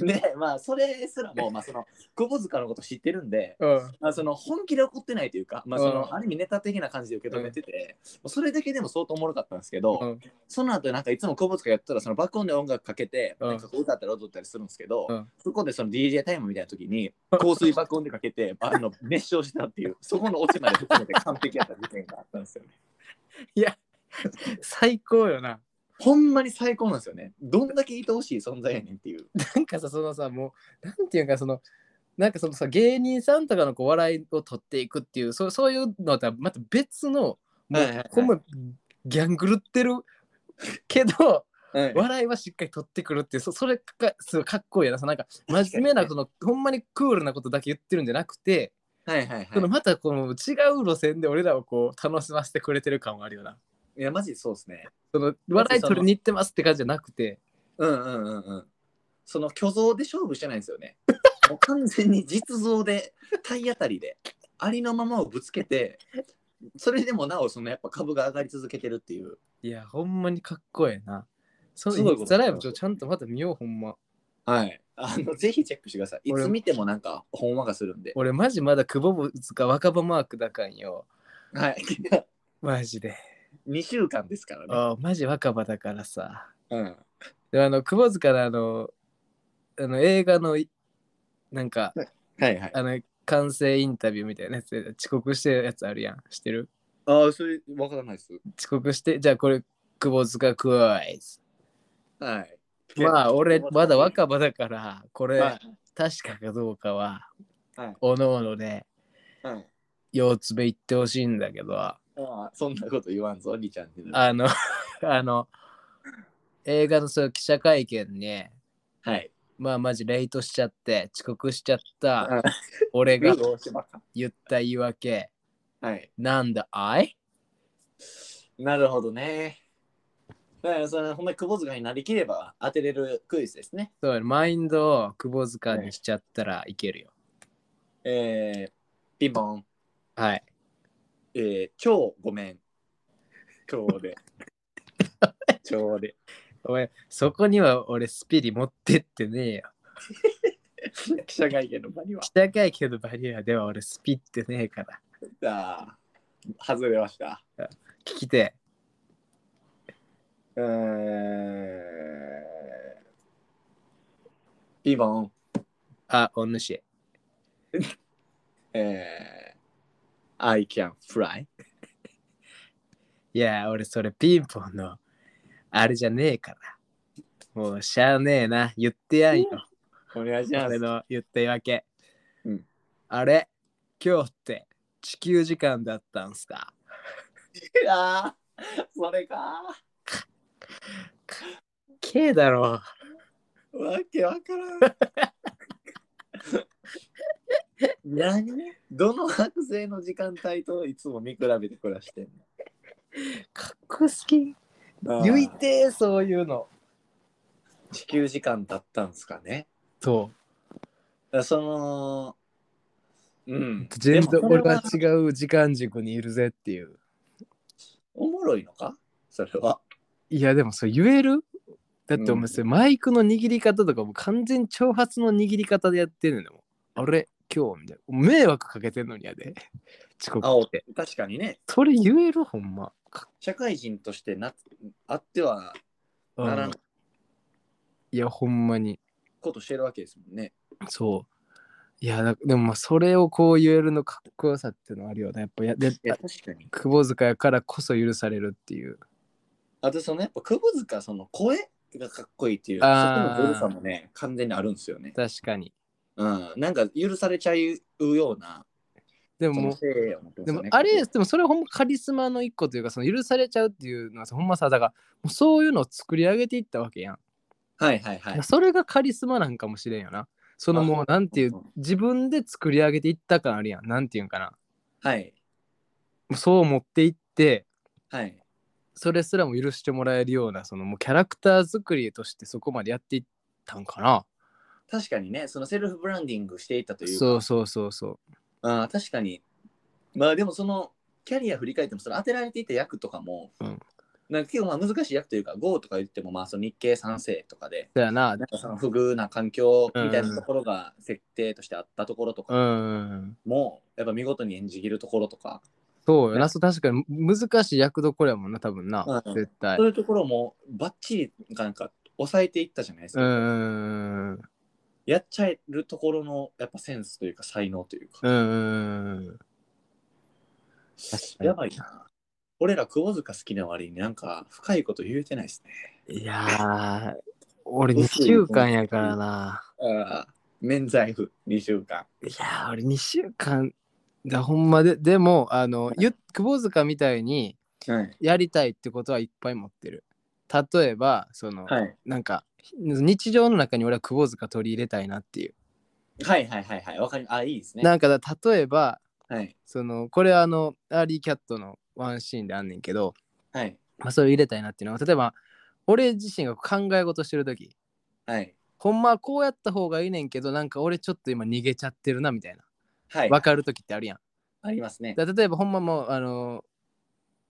[SPEAKER 1] でまあそれすらもまあその窪塚のこと知ってるんで、
[SPEAKER 2] うん
[SPEAKER 1] まあ、その本気で怒ってないというか、まあその
[SPEAKER 2] うん
[SPEAKER 1] ある意味ネタ的な感じで受け止めてて、もうそれだけでも相当おもろかったんですけど、
[SPEAKER 2] うん
[SPEAKER 1] その後なんかいつも小塚やったらその爆音で音楽かけて、
[SPEAKER 2] うん
[SPEAKER 1] なんかこう歌ったり踊ったりするんですけど、
[SPEAKER 2] うん
[SPEAKER 1] そこでその DJ タイムみたいな時に香水爆音でかけ てあの熱唱したっていうそこのオチまで含めて完璧やった事件があったんですよね。
[SPEAKER 2] 最高よな
[SPEAKER 1] ほんまに最高なんですよね。どんだけ愛おしい存在やねんっていう。
[SPEAKER 2] なんかさそのさもうなんていうかそのなんかそのさ芸人さんとかのこう笑いを取っていくっていうそうそういうのとはまた別のも
[SPEAKER 1] はいはいは
[SPEAKER 2] う
[SPEAKER 1] い
[SPEAKER 2] こもギャングルってるけど
[SPEAKER 1] はい
[SPEAKER 2] 笑いはしっかり取ってくるっていうそそれがすごいかっこいいよなそのなんか真面目なそのほんまにクールなことだけ言ってるんじゃなくて、
[SPEAKER 1] はいはいはい
[SPEAKER 2] そのまたこの違う路線で俺らをこう楽しませてくれてる感はあるよない
[SPEAKER 1] やマジでそうですね。
[SPEAKER 2] その笑い取りに行ってますって感じじゃなくて
[SPEAKER 1] うんうんうんうん。その虚像で勝負してないんですよね。もう完全に実像で体当たりでありのままをぶつけてそれでもなおそのやっぱ株が上がり続けてるっていう
[SPEAKER 2] いやほんまにかっこいいなそ
[SPEAKER 1] すごいこ
[SPEAKER 2] の
[SPEAKER 1] と
[SPEAKER 2] インスタライブちょちゃんとまた見ようほんま
[SPEAKER 1] はいあの、ぜひチェックしてください。い
[SPEAKER 2] 俺
[SPEAKER 1] つ
[SPEAKER 2] も
[SPEAKER 1] 見てもなんか、ほんわかするんで。
[SPEAKER 2] 俺マジまだ久保ブツか若葉マークだかんよ。
[SPEAKER 1] はい。
[SPEAKER 2] マジで。
[SPEAKER 1] 2週間ですからね。
[SPEAKER 2] あマジ若葉だからさ。
[SPEAKER 1] うん。
[SPEAKER 2] であの窪塚のあのあの映画のいなんか
[SPEAKER 1] はいはい。
[SPEAKER 2] あの完成インタビューみたいなやつで遅刻してるやつあるやん知ってる
[SPEAKER 1] ああ、それ、わからないです。
[SPEAKER 2] 遅刻してじゃあこれ窪塚クワイズ
[SPEAKER 1] はい。
[SPEAKER 2] まあ俺まだ若葉だからこ
[SPEAKER 1] い
[SPEAKER 2] れ
[SPEAKER 1] は
[SPEAKER 2] 確かかどうかは
[SPEAKER 1] はい
[SPEAKER 2] おのおので
[SPEAKER 1] い。はい。
[SPEAKER 2] 四つ目行ってほしいんだけどあ
[SPEAKER 1] ああそんなこと言わんぞ、りちゃんに。
[SPEAKER 2] の あの映画のそう記者会見に
[SPEAKER 1] はい。
[SPEAKER 2] まあマジレイトしちゃって遅刻しちゃった
[SPEAKER 1] うん
[SPEAKER 2] 俺が
[SPEAKER 1] どうしまか
[SPEAKER 2] 言った言い訳
[SPEAKER 1] はい。
[SPEAKER 2] なんだあい
[SPEAKER 1] なるほどね。だから、その、ほんまに窪塚になりきれば当てれるクイズですね。
[SPEAKER 2] そうマインドを久保塚にしちゃったらいけるよ。
[SPEAKER 1] えー、ピンポン。
[SPEAKER 2] はい。
[SPEAKER 1] えー、超ごめん。超 で。超で。
[SPEAKER 2] お前、そこには俺スピリ持ってってねえよ。
[SPEAKER 1] 記者会見の場には。
[SPEAKER 2] 記者会見のバリアでは俺スピってねえから。
[SPEAKER 1] ああ、外れました。
[SPEAKER 2] 聞きて
[SPEAKER 1] うーん。ピンポン。
[SPEAKER 2] え、あ、お主。
[SPEAKER 1] えー、I can fly.
[SPEAKER 2] いや、俺それピンポンのあれじゃねえから。もうしゃあねえな。言ってやんよ。
[SPEAKER 1] お願いしま
[SPEAKER 2] 俺
[SPEAKER 1] す。
[SPEAKER 2] の言った言い訳。
[SPEAKER 1] うん
[SPEAKER 2] あれ今日って地球時間だったんすか
[SPEAKER 1] ああ、それか。
[SPEAKER 2] けえだろ。
[SPEAKER 1] わけわからん。 何どの惑星の時間帯といつも見比べて暮らしてん
[SPEAKER 2] かっこ好き。
[SPEAKER 1] の
[SPEAKER 2] 言いてえ、そういうの。
[SPEAKER 1] 地球時間だったんすかね
[SPEAKER 2] そう。
[SPEAKER 1] だからそのうんで
[SPEAKER 2] 全然
[SPEAKER 1] もそれ
[SPEAKER 2] 俺は違う時間軸にいるぜっていう。
[SPEAKER 1] おもろいのかそれはい
[SPEAKER 2] やでもそれ言えるだってお
[SPEAKER 1] う
[SPEAKER 2] 前
[SPEAKER 1] ん
[SPEAKER 2] それマイクの握り方とかも完全に挑発の握り方でやってんのよ。もうあれ今日みたいな。迷惑かけてんのにやで。 遅刻
[SPEAKER 1] あお
[SPEAKER 2] って。
[SPEAKER 1] 確かにね
[SPEAKER 2] それ言えるほんま。か
[SPEAKER 1] 社会人としてなあってはならん
[SPEAKER 2] いやほんまに。
[SPEAKER 1] ことしてるわけですもんね
[SPEAKER 2] そう。いやだでもまあそれをこう言えるのかっこよさっていうのはあるよね。やっぱやで
[SPEAKER 1] いや確かに
[SPEAKER 2] 久保塚やからこそ許されるっていう。
[SPEAKER 1] あとそのやっぱ窪塚その声がかっこいいっていうそこ
[SPEAKER 2] あー
[SPEAKER 1] のブルさもね完全にあるんですよね
[SPEAKER 2] 確かに。
[SPEAKER 1] うんなんか許されちゃうような
[SPEAKER 2] で
[SPEAKER 1] そ
[SPEAKER 2] ももう
[SPEAKER 1] のせいを持ってます
[SPEAKER 2] で
[SPEAKER 1] よ
[SPEAKER 2] も
[SPEAKER 1] ね
[SPEAKER 2] あれでもそれはほんまカリスマの一個というかその許されちゃうっていうのはさほんまさだからもうそういうのを作り上げていったわけやん、
[SPEAKER 1] はいはいはい
[SPEAKER 2] それがカリスマなんかもしれんよなそのもうなんていう
[SPEAKER 1] うんうん
[SPEAKER 2] 自分で作り上げていった感あるやんなんていうんかな
[SPEAKER 1] はい
[SPEAKER 2] もうそう持っていって
[SPEAKER 1] はい
[SPEAKER 2] それすらも許してもらえるようなそのもうキャラクター作りとしてそこまでやっていったんかな
[SPEAKER 1] 確かにねそのセルフブランディングしていったというか
[SPEAKER 2] そうそうそうそう
[SPEAKER 1] ああ確かにまあでもそのキャリア振り返ってもその当てられていた役とかも、
[SPEAKER 2] うん
[SPEAKER 1] なんか結構まあ難しい役というか GO とか言ってもまあその日系三世とかで
[SPEAKER 2] だよな
[SPEAKER 1] なんかその不遇な環境みたいなところが設定としてあったところと
[SPEAKER 2] う
[SPEAKER 1] か
[SPEAKER 2] ん
[SPEAKER 1] も、やっぱ見事に演じきるところとか、
[SPEAKER 2] そうよなそう確かに難しい役どころやもんな多分な、
[SPEAKER 1] うん
[SPEAKER 2] 絶対
[SPEAKER 1] そういうところもバッチリなんか抑えていったじゃないですか、
[SPEAKER 2] うん
[SPEAKER 1] やっちゃえるところのやっぱセンスというか才能というか、
[SPEAKER 2] うんうん。
[SPEAKER 1] やばいな俺ら窪塚好きな割になんか深いこと言えてないですね
[SPEAKER 2] いやー、俺
[SPEAKER 1] ど
[SPEAKER 2] 2
[SPEAKER 1] うする
[SPEAKER 2] 週間やからな。
[SPEAKER 1] ああ、免罪符2週間。
[SPEAKER 2] いやー、俺2週間だ、ほんまで。でも、あの、ゆ窪塚みたいに
[SPEAKER 1] はい。
[SPEAKER 2] やりたいってことはいっぱい持ってる。例えば、その、
[SPEAKER 1] はい。
[SPEAKER 2] なんか、日常の中に俺は窪塚取り入れたいなっていう。
[SPEAKER 1] はいはいはいはい。わかりあ、いいですね。
[SPEAKER 2] なんかだ、例えば、
[SPEAKER 1] はい。
[SPEAKER 2] その、これはあの、アーリーキャットのワンシーンであんねんけど、
[SPEAKER 1] はい。
[SPEAKER 2] まあ、それを入れたいなっていうのは、例えば、俺自身が考え事してるとき、
[SPEAKER 1] はい。
[SPEAKER 2] ほんまはこうやった方がいいねんけどなんか俺ちょっと今逃げちゃってるなみたいな
[SPEAKER 1] はい。
[SPEAKER 2] 分かる時ってあるやん。
[SPEAKER 1] ありますね。
[SPEAKER 2] だ例えばほんまもうあの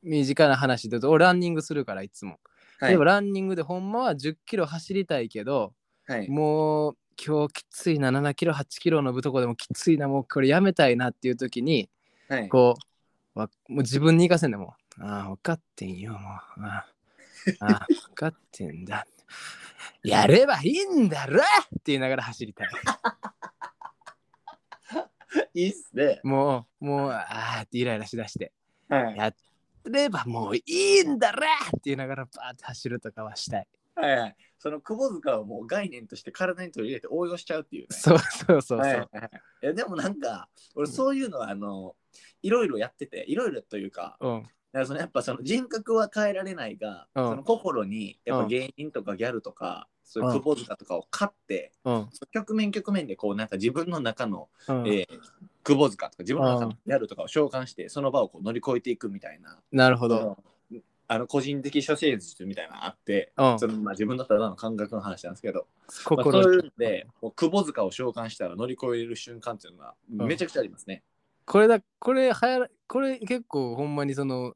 [SPEAKER 2] 身近な話で言うと俺ランニングするからいつも。
[SPEAKER 1] はい
[SPEAKER 2] 例えば。ランニングでほんまは1 0キロ走りたいけど
[SPEAKER 1] はい。
[SPEAKER 2] もう今日きついな7キロ8キロのぶとこでもきついなもうこれやめたいなっていう時に
[SPEAKER 1] はい。
[SPEAKER 2] こうわもう自分に言いかせんでもうああ分かってんよもうああああ分かってんだやればいいんだろって言いながら走りたい
[SPEAKER 1] いいっすね。
[SPEAKER 2] もうもうああってイライラしだして
[SPEAKER 1] はい。
[SPEAKER 2] やればもういいんだろって言いながらバーって走るとかはしたい
[SPEAKER 1] はいはい。その窪塚をもう概念として体に取り入れて応用しちゃうっていうね。
[SPEAKER 2] そうそうそうそう、
[SPEAKER 1] はいはいはいいやでもなんか俺そういうのはあのいろいろやってていろいろというか
[SPEAKER 2] うん
[SPEAKER 1] だからそのやっぱその人格は変えられないが、
[SPEAKER 2] うん
[SPEAKER 1] その心にやっ
[SPEAKER 2] う
[SPEAKER 1] ぱ
[SPEAKER 2] ん
[SPEAKER 1] 芸人とかギャルとか、そういううん窪塚とかを勝って、
[SPEAKER 2] うん
[SPEAKER 1] その局面局面でこうなんか自分の中の、
[SPEAKER 2] うん、
[SPEAKER 1] えー窪塚とか自分の中のギャルとかを召喚してその場をこう乗り越えていくみたいな、
[SPEAKER 2] なるほ
[SPEAKER 1] そ
[SPEAKER 2] ど、
[SPEAKER 1] のあの個人的処世術みたいなのあって、
[SPEAKER 2] うん、
[SPEAKER 1] そのまあ、自分だったらの感覚の話なんですけど、まあ
[SPEAKER 2] 心
[SPEAKER 1] そういうのでこう窪塚を召喚したら乗り越える瞬間っていうのはめちゃくちゃありますね。
[SPEAKER 2] これだこれはやらこれ結構ほんまにその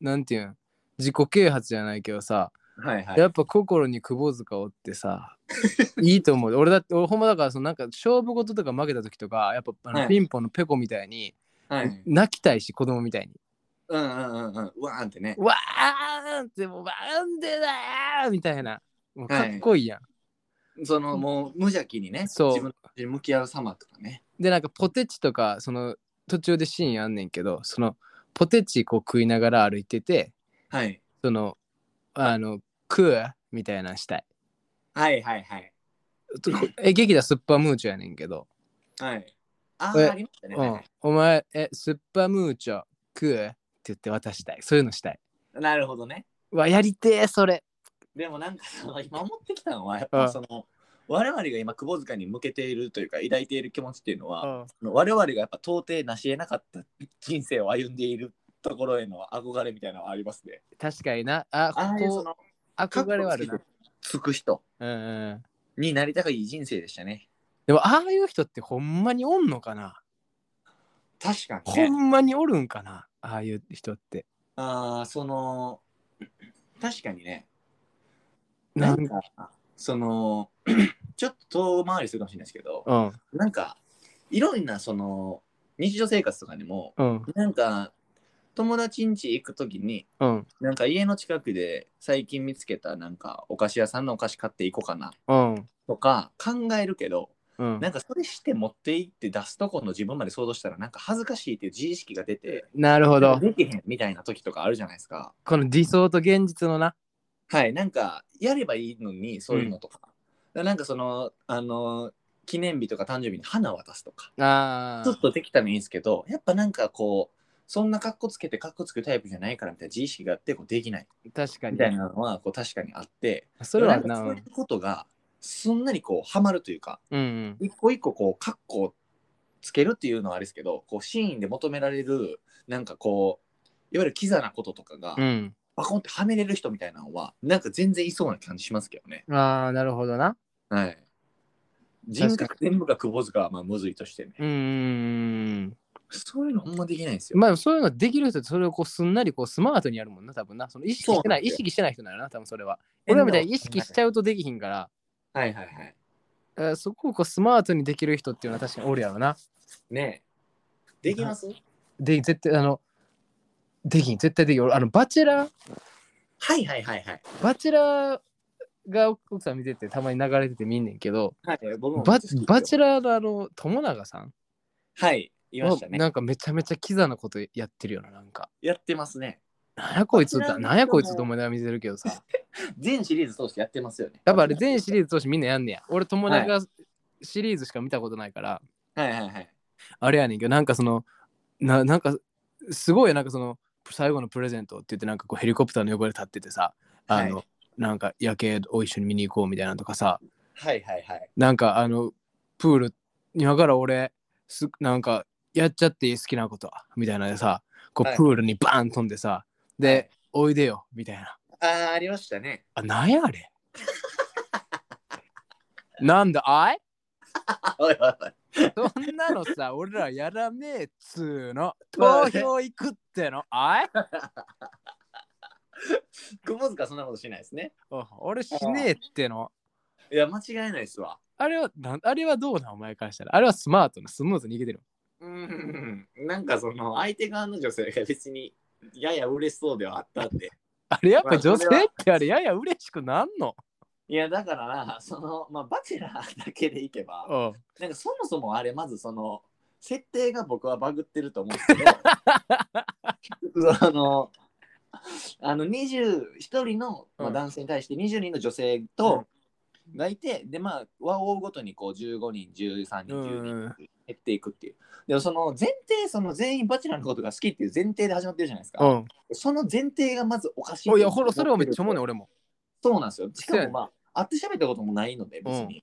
[SPEAKER 2] なんていうん自己啓発じゃないけどさ、
[SPEAKER 1] はいはい。
[SPEAKER 2] やっぱ心に窪塚をっ てさいいと思う俺だって俺ほんまだからそのなんか勝負事とか負けた時とかやっぱあの、
[SPEAKER 1] はい
[SPEAKER 2] ピンポンのペコみたいに、
[SPEAKER 1] はい、
[SPEAKER 2] 泣きたいし子供みたいに
[SPEAKER 1] うんうんうんうん。うわーんってね
[SPEAKER 2] 「。わーん!」ってもう「なんでだよ!」みたいなもうかっこいいやん、
[SPEAKER 1] そのもう無邪気にね、
[SPEAKER 2] そう
[SPEAKER 1] 自分に向き合う様とかね。
[SPEAKER 2] でなんかポテチとかその途中でシーンあんねんけどそのポテチこう食いながら歩いてて
[SPEAKER 1] はい。
[SPEAKER 2] そのあの食うみたいなのしたい
[SPEAKER 1] はいはいはい。
[SPEAKER 2] とえ劇だスッパムーチョやねんけど、
[SPEAKER 1] はい。あ
[SPEAKER 2] え
[SPEAKER 1] あ、ありましたね。は
[SPEAKER 2] うん
[SPEAKER 1] い、
[SPEAKER 2] お前えスッパムーチョ食うって言って渡したいそういうのしたい
[SPEAKER 1] なるほどね。
[SPEAKER 2] うわやりてえそれ
[SPEAKER 1] でもなんかその今思ってきたのは、やっぱその、我々が今、窪塚に向けているというか、抱いている気持ちっていうのは、
[SPEAKER 2] ん
[SPEAKER 1] 我々がやっぱ到底成し得なかった人生を歩んでいるところへの憧れみたいなのはありますね。
[SPEAKER 2] 確かになあ
[SPEAKER 1] ああいうそ
[SPEAKER 2] こ
[SPEAKER 1] の、
[SPEAKER 2] う憧れはある
[SPEAKER 1] 覚
[SPEAKER 2] な
[SPEAKER 1] 悟つく人
[SPEAKER 2] うんうん
[SPEAKER 1] になりたがいい人生でしたね。
[SPEAKER 2] でもああいう人ってほんまにおんのかな、
[SPEAKER 1] 確か
[SPEAKER 2] ほ。んまにおるんかなああいう人って
[SPEAKER 1] ああ、その、確かにね。
[SPEAKER 2] な
[SPEAKER 1] なんんか、その、 ちょっと遠回りするかもしれないですけど、
[SPEAKER 2] うん
[SPEAKER 1] なんか、いろんな、その、日常生活とかにも、
[SPEAKER 2] うん
[SPEAKER 1] なんか、友達ん家行くときに、
[SPEAKER 2] うん
[SPEAKER 1] なんか家の近くで最近見つけた、なんか、お菓子屋さんのお菓子買っていこうかな
[SPEAKER 2] うん
[SPEAKER 1] とか考えるけど、
[SPEAKER 2] うん
[SPEAKER 1] なんかそれして持って行って出すとこの自分まで想像したら、なんか恥ずかしいっていう自意識が出て、
[SPEAKER 2] なるほど
[SPEAKER 1] できへんみたいな時とかあるじゃないですか。
[SPEAKER 2] この理想と現実のな
[SPEAKER 1] はい、なんか、やればいいのに、そういうのとか。だからなんかその、あの、記念日とか誕生日に花渡すとか、
[SPEAKER 2] あ
[SPEAKER 1] ちょっとできたのいいんですけど、やっぱなんかこう、そんな格好つけて格好つくタイプじゃないからみたいな自意識があって、こうできない
[SPEAKER 2] ー確か
[SPEAKER 1] み
[SPEAKER 2] に
[SPEAKER 1] たいなのは、こう確かにあって、
[SPEAKER 2] それは
[SPEAKER 1] なんか
[SPEAKER 2] な
[SPEAKER 1] そういうことが、そんなにこう、はまるというか、
[SPEAKER 2] うんうん
[SPEAKER 1] 一個一個こう、格好つけるっていうのはあれですけど、こう、シーンで求められる、なんかこう、いわゆるキザなこととかが、
[SPEAKER 2] うん
[SPEAKER 1] バコンってはめれる人みたいなのは、なんか全然いそうな感じしますけどね。
[SPEAKER 2] ああ、なるほどな。
[SPEAKER 1] はい。人格全部が窪塚はまあむずいとしてね。
[SPEAKER 2] うーん。
[SPEAKER 1] そういうのほんまできないんですよ。
[SPEAKER 2] まあ、そういうのできる人ってそれをこうすんなりこうスマートにやるもんな、多分な。その意識してな
[SPEAKER 1] そうな
[SPEAKER 2] い、
[SPEAKER 1] んで
[SPEAKER 2] 意
[SPEAKER 1] すよ
[SPEAKER 2] 識してない人なのな、多分それは。
[SPEAKER 1] 変な
[SPEAKER 2] 俺らみたいに意識しちゃうとできひんから、
[SPEAKER 1] はいはいはい。
[SPEAKER 2] えーそこをこうスマートにできる人っていうのは確かにおるやろな。
[SPEAKER 1] ねえ。できます
[SPEAKER 2] で、絶対、あの、できん、絶対できん。俺、あの、バチェラー、
[SPEAKER 1] はいはいはいはい。
[SPEAKER 2] バチェラーが奥さん見てて、たまに流れてて見んねんけど、
[SPEAKER 1] はい、僕も
[SPEAKER 2] ババ
[SPEAKER 1] ュ
[SPEAKER 2] チェラーのあの、友永さん
[SPEAKER 1] はい、いましたね。
[SPEAKER 2] なんかめちゃめちゃキザなことやってるよな、なんか。
[SPEAKER 1] やってますね。
[SPEAKER 2] なんやこいつ
[SPEAKER 1] バチェラーの人も
[SPEAKER 2] なんやこいつと思いながら見てるけどさ。
[SPEAKER 1] 全シリーズ通してやってますよね。
[SPEAKER 2] やっぱあれ全シリーズ通してみんなやんねや。俺友達がシリーズしか見たことないから、
[SPEAKER 1] はいはいはい。
[SPEAKER 2] あれやねんけど、なんかその、ななんかすごいなんかその、最後のプレゼントって言ってなんかこうヘリコプターの横で立っててさ、あの、
[SPEAKER 1] は
[SPEAKER 2] なんか夜景を一緒に見に行こうみたいなのとかさ、
[SPEAKER 1] はいはいはい。
[SPEAKER 2] なんかあの、プール、今から俺、すなんかやっちゃっていい好きなことはみたいなのでさ、こ
[SPEAKER 1] は
[SPEAKER 2] う
[SPEAKER 1] い
[SPEAKER 2] プールにバーン飛んでさ、で、おいでよみたいな。
[SPEAKER 1] はい、ああ、ありましたね。
[SPEAKER 2] あ、なんやあれ なんだあい
[SPEAKER 1] あおいおいおい
[SPEAKER 2] そんなのさ、俺らやらねえっつーの。投票行くっての。あい
[SPEAKER 1] 窪塚そんなことしないですね。
[SPEAKER 2] お俺しねえっての。
[SPEAKER 1] いや、間違いないですわ。
[SPEAKER 2] あれはなんあれはどうなんお前からしたらあれはスマートなスムーズにいけてる
[SPEAKER 1] うん、なんかその相手側の女性が別にやや嬉しそうではあったんで。
[SPEAKER 2] あれやっ
[SPEAKER 1] ま
[SPEAKER 2] ぱ
[SPEAKER 1] あそれ
[SPEAKER 2] 女
[SPEAKER 1] は
[SPEAKER 2] 性ってあれやや嬉しくなんの
[SPEAKER 1] いや、だから な、その、まあ、バチェラーだけでいけば、
[SPEAKER 2] うん
[SPEAKER 1] なんかそもそもあれ、まずその、設定が僕はバグってると思うんですけ ど、あの、あの20、1人の、ま
[SPEAKER 2] う
[SPEAKER 1] あ、
[SPEAKER 2] ん
[SPEAKER 1] 男性に対して20人の女性と、がいて、で、まあ、和を追うごとにこう15人、13人、
[SPEAKER 2] うん
[SPEAKER 1] 10人減っていくっていう。でもその前提、その全員バチェラーのことが好きっていう前提で始まってるじゃないですか。
[SPEAKER 2] うん
[SPEAKER 1] その前提がまずおかしい。
[SPEAKER 2] おいやほらそれはめっちゃ思うねん俺も
[SPEAKER 1] そうなんですよ。し
[SPEAKER 2] そ
[SPEAKER 1] か
[SPEAKER 2] うやね
[SPEAKER 1] もまあ、会って喋ったこともないので、別に。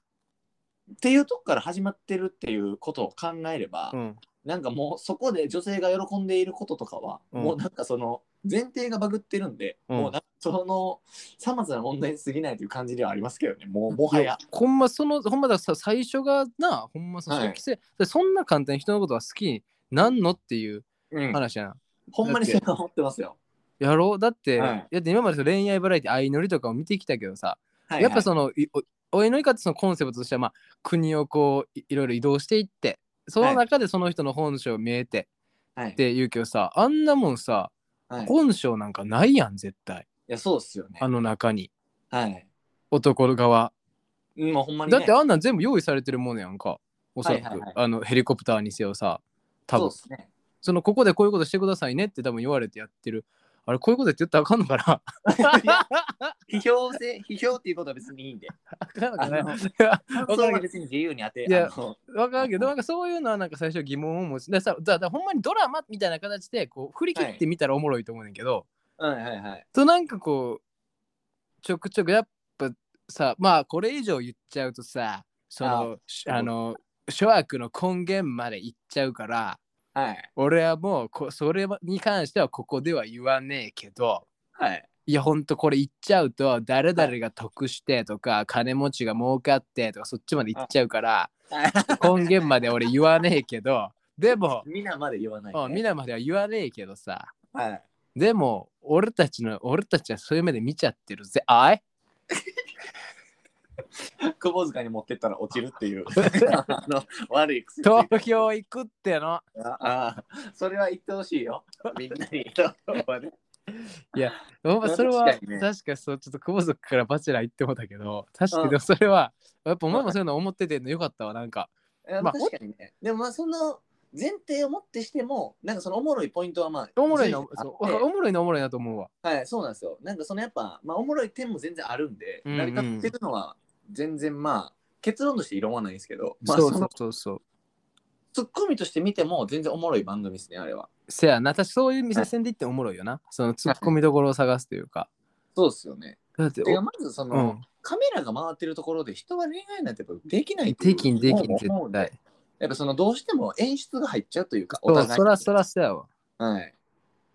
[SPEAKER 1] っていうとこから始まってるっていうことを考えれば、
[SPEAKER 2] うん
[SPEAKER 1] なんかもうそこで女性が喜んでいることとかは、
[SPEAKER 2] うん
[SPEAKER 1] もうなんかその前提がバグってるんで、
[SPEAKER 2] うん
[SPEAKER 1] もうなんかそのさまざまな問題に過ぎないという感じではありますけどね、もうもはや。
[SPEAKER 2] ほんまそのほんまださ最初がなほんまさ
[SPEAKER 1] はい
[SPEAKER 2] 初期性でそんな簡単に人のことは好きになんのっていう
[SPEAKER 1] うん
[SPEAKER 2] 話やな
[SPEAKER 1] ほんまにそれは思ってますよ。
[SPEAKER 2] やろうだって、
[SPEAKER 1] はい
[SPEAKER 2] だって今までその恋愛バラエティ相乗りとかを見てきたけどさ、やっぱそのいおお祈りかってそのコンセプトとしては、まあ、国をこういいろいろ移動していってその中でその人の本性見えて
[SPEAKER 1] の、はい
[SPEAKER 2] っ、ていうけどさあんなもんさ
[SPEAKER 1] はい、い
[SPEAKER 2] 本性なんかないやん絶対
[SPEAKER 1] や、そうっすよね
[SPEAKER 2] あ。の中に
[SPEAKER 1] はい。
[SPEAKER 2] 男側
[SPEAKER 1] うん、まあほんまに、
[SPEAKER 2] だ
[SPEAKER 1] ね。
[SPEAKER 2] ってあんなん全部用意されてるものやんかおそらく、
[SPEAKER 1] はいはいはい
[SPEAKER 2] あのヘリコプターにせよさ
[SPEAKER 1] そ
[SPEAKER 2] 多
[SPEAKER 1] う
[SPEAKER 2] 分
[SPEAKER 1] っす ね。
[SPEAKER 2] そのここでこういうことしてくださいねって多分言われてやってるあれこういうことやって言ったらあかんのか な
[SPEAKER 1] 批評性、批評っていうことは別にいいんで。
[SPEAKER 2] あかんのか
[SPEAKER 1] あ
[SPEAKER 2] な
[SPEAKER 1] の
[SPEAKER 2] わ
[SPEAKER 1] そ
[SPEAKER 2] か
[SPEAKER 1] れは
[SPEAKER 2] るけ
[SPEAKER 1] 別に自由に当て、
[SPEAKER 2] いや
[SPEAKER 1] あの
[SPEAKER 2] どわかるけどなんかそういうのはなんか最初疑問を持ちだからさだだほんまにドラマみたいな形でこう振り切ってみたらおもろいと思うねんけど、
[SPEAKER 1] はいはいはい。
[SPEAKER 2] となんかこうちょくちょくやっぱさまあこれ以上言っちゃうとさそのしあの諸悪の根源まで行っちゃうから
[SPEAKER 1] はい。
[SPEAKER 2] 俺はもうこそれに関してはここでは言わねえけど
[SPEAKER 1] はい。
[SPEAKER 2] いやほんとこれ言っちゃうと誰々が得してとか金持ちが儲かってとかそっちまで行っちゃうから根源まで俺言わねえけどで も
[SPEAKER 1] みんなまで言わない、ね。
[SPEAKER 2] うん皆までは言わねえけどさ
[SPEAKER 1] はい。
[SPEAKER 2] でも俺たちの俺たちはそういう目で見ちゃってるぜあい
[SPEAKER 1] 窪塚に持ってったら落ちるっていう。 あの悪い癖ついてる
[SPEAKER 2] 東京行くっての
[SPEAKER 1] ああ、それは言ってほしい よ。みんなに。
[SPEAKER 2] ほんまそれは
[SPEAKER 1] 確 か
[SPEAKER 2] 確か,、
[SPEAKER 1] にね
[SPEAKER 2] そうちょっと久保族からバチェラー行ってもだけど確か
[SPEAKER 1] う
[SPEAKER 2] に
[SPEAKER 1] ん
[SPEAKER 2] でもそれはやっぱお前もそういうの思っててんのよかったわなんかま
[SPEAKER 1] ま
[SPEAKER 2] あ
[SPEAKER 1] あ、確かにね。でもまあその前提をもってしても、なんかそのおもろいポイントはまあ、
[SPEAKER 2] おもろいの
[SPEAKER 1] 随分
[SPEAKER 2] そう
[SPEAKER 1] あって
[SPEAKER 2] おもろいのおもろいなと思うわ
[SPEAKER 1] はい、そうなんですよ。なんかそのやっぱ、まあ、おもろい点も全然あるんで、
[SPEAKER 2] うんうん
[SPEAKER 1] 成り立ってるのは全然まあ、結論として異論はないんですけど、まあ、
[SPEAKER 2] そ
[SPEAKER 1] そう
[SPEAKER 2] そう
[SPEAKER 1] の
[SPEAKER 2] そうそう
[SPEAKER 1] ツッコミとして見ても全然おもろい番組ですね、あれは。
[SPEAKER 2] せやな私そういう店線で行っておもろいよなそのツッコミどころを探すというか
[SPEAKER 1] そうですよね。
[SPEAKER 2] だって
[SPEAKER 1] て
[SPEAKER 2] お
[SPEAKER 1] かまずその、
[SPEAKER 2] うん
[SPEAKER 1] カメラが回ってるところで人は恋愛なんてやっぱできないってい
[SPEAKER 2] で
[SPEAKER 1] う
[SPEAKER 2] きんできん
[SPEAKER 1] 思うので
[SPEAKER 2] 絶対
[SPEAKER 1] やっぱそのどうしても演出が入っちゃうというか、
[SPEAKER 2] そうそらそ
[SPEAKER 1] ら。
[SPEAKER 2] らそやわ
[SPEAKER 1] はい。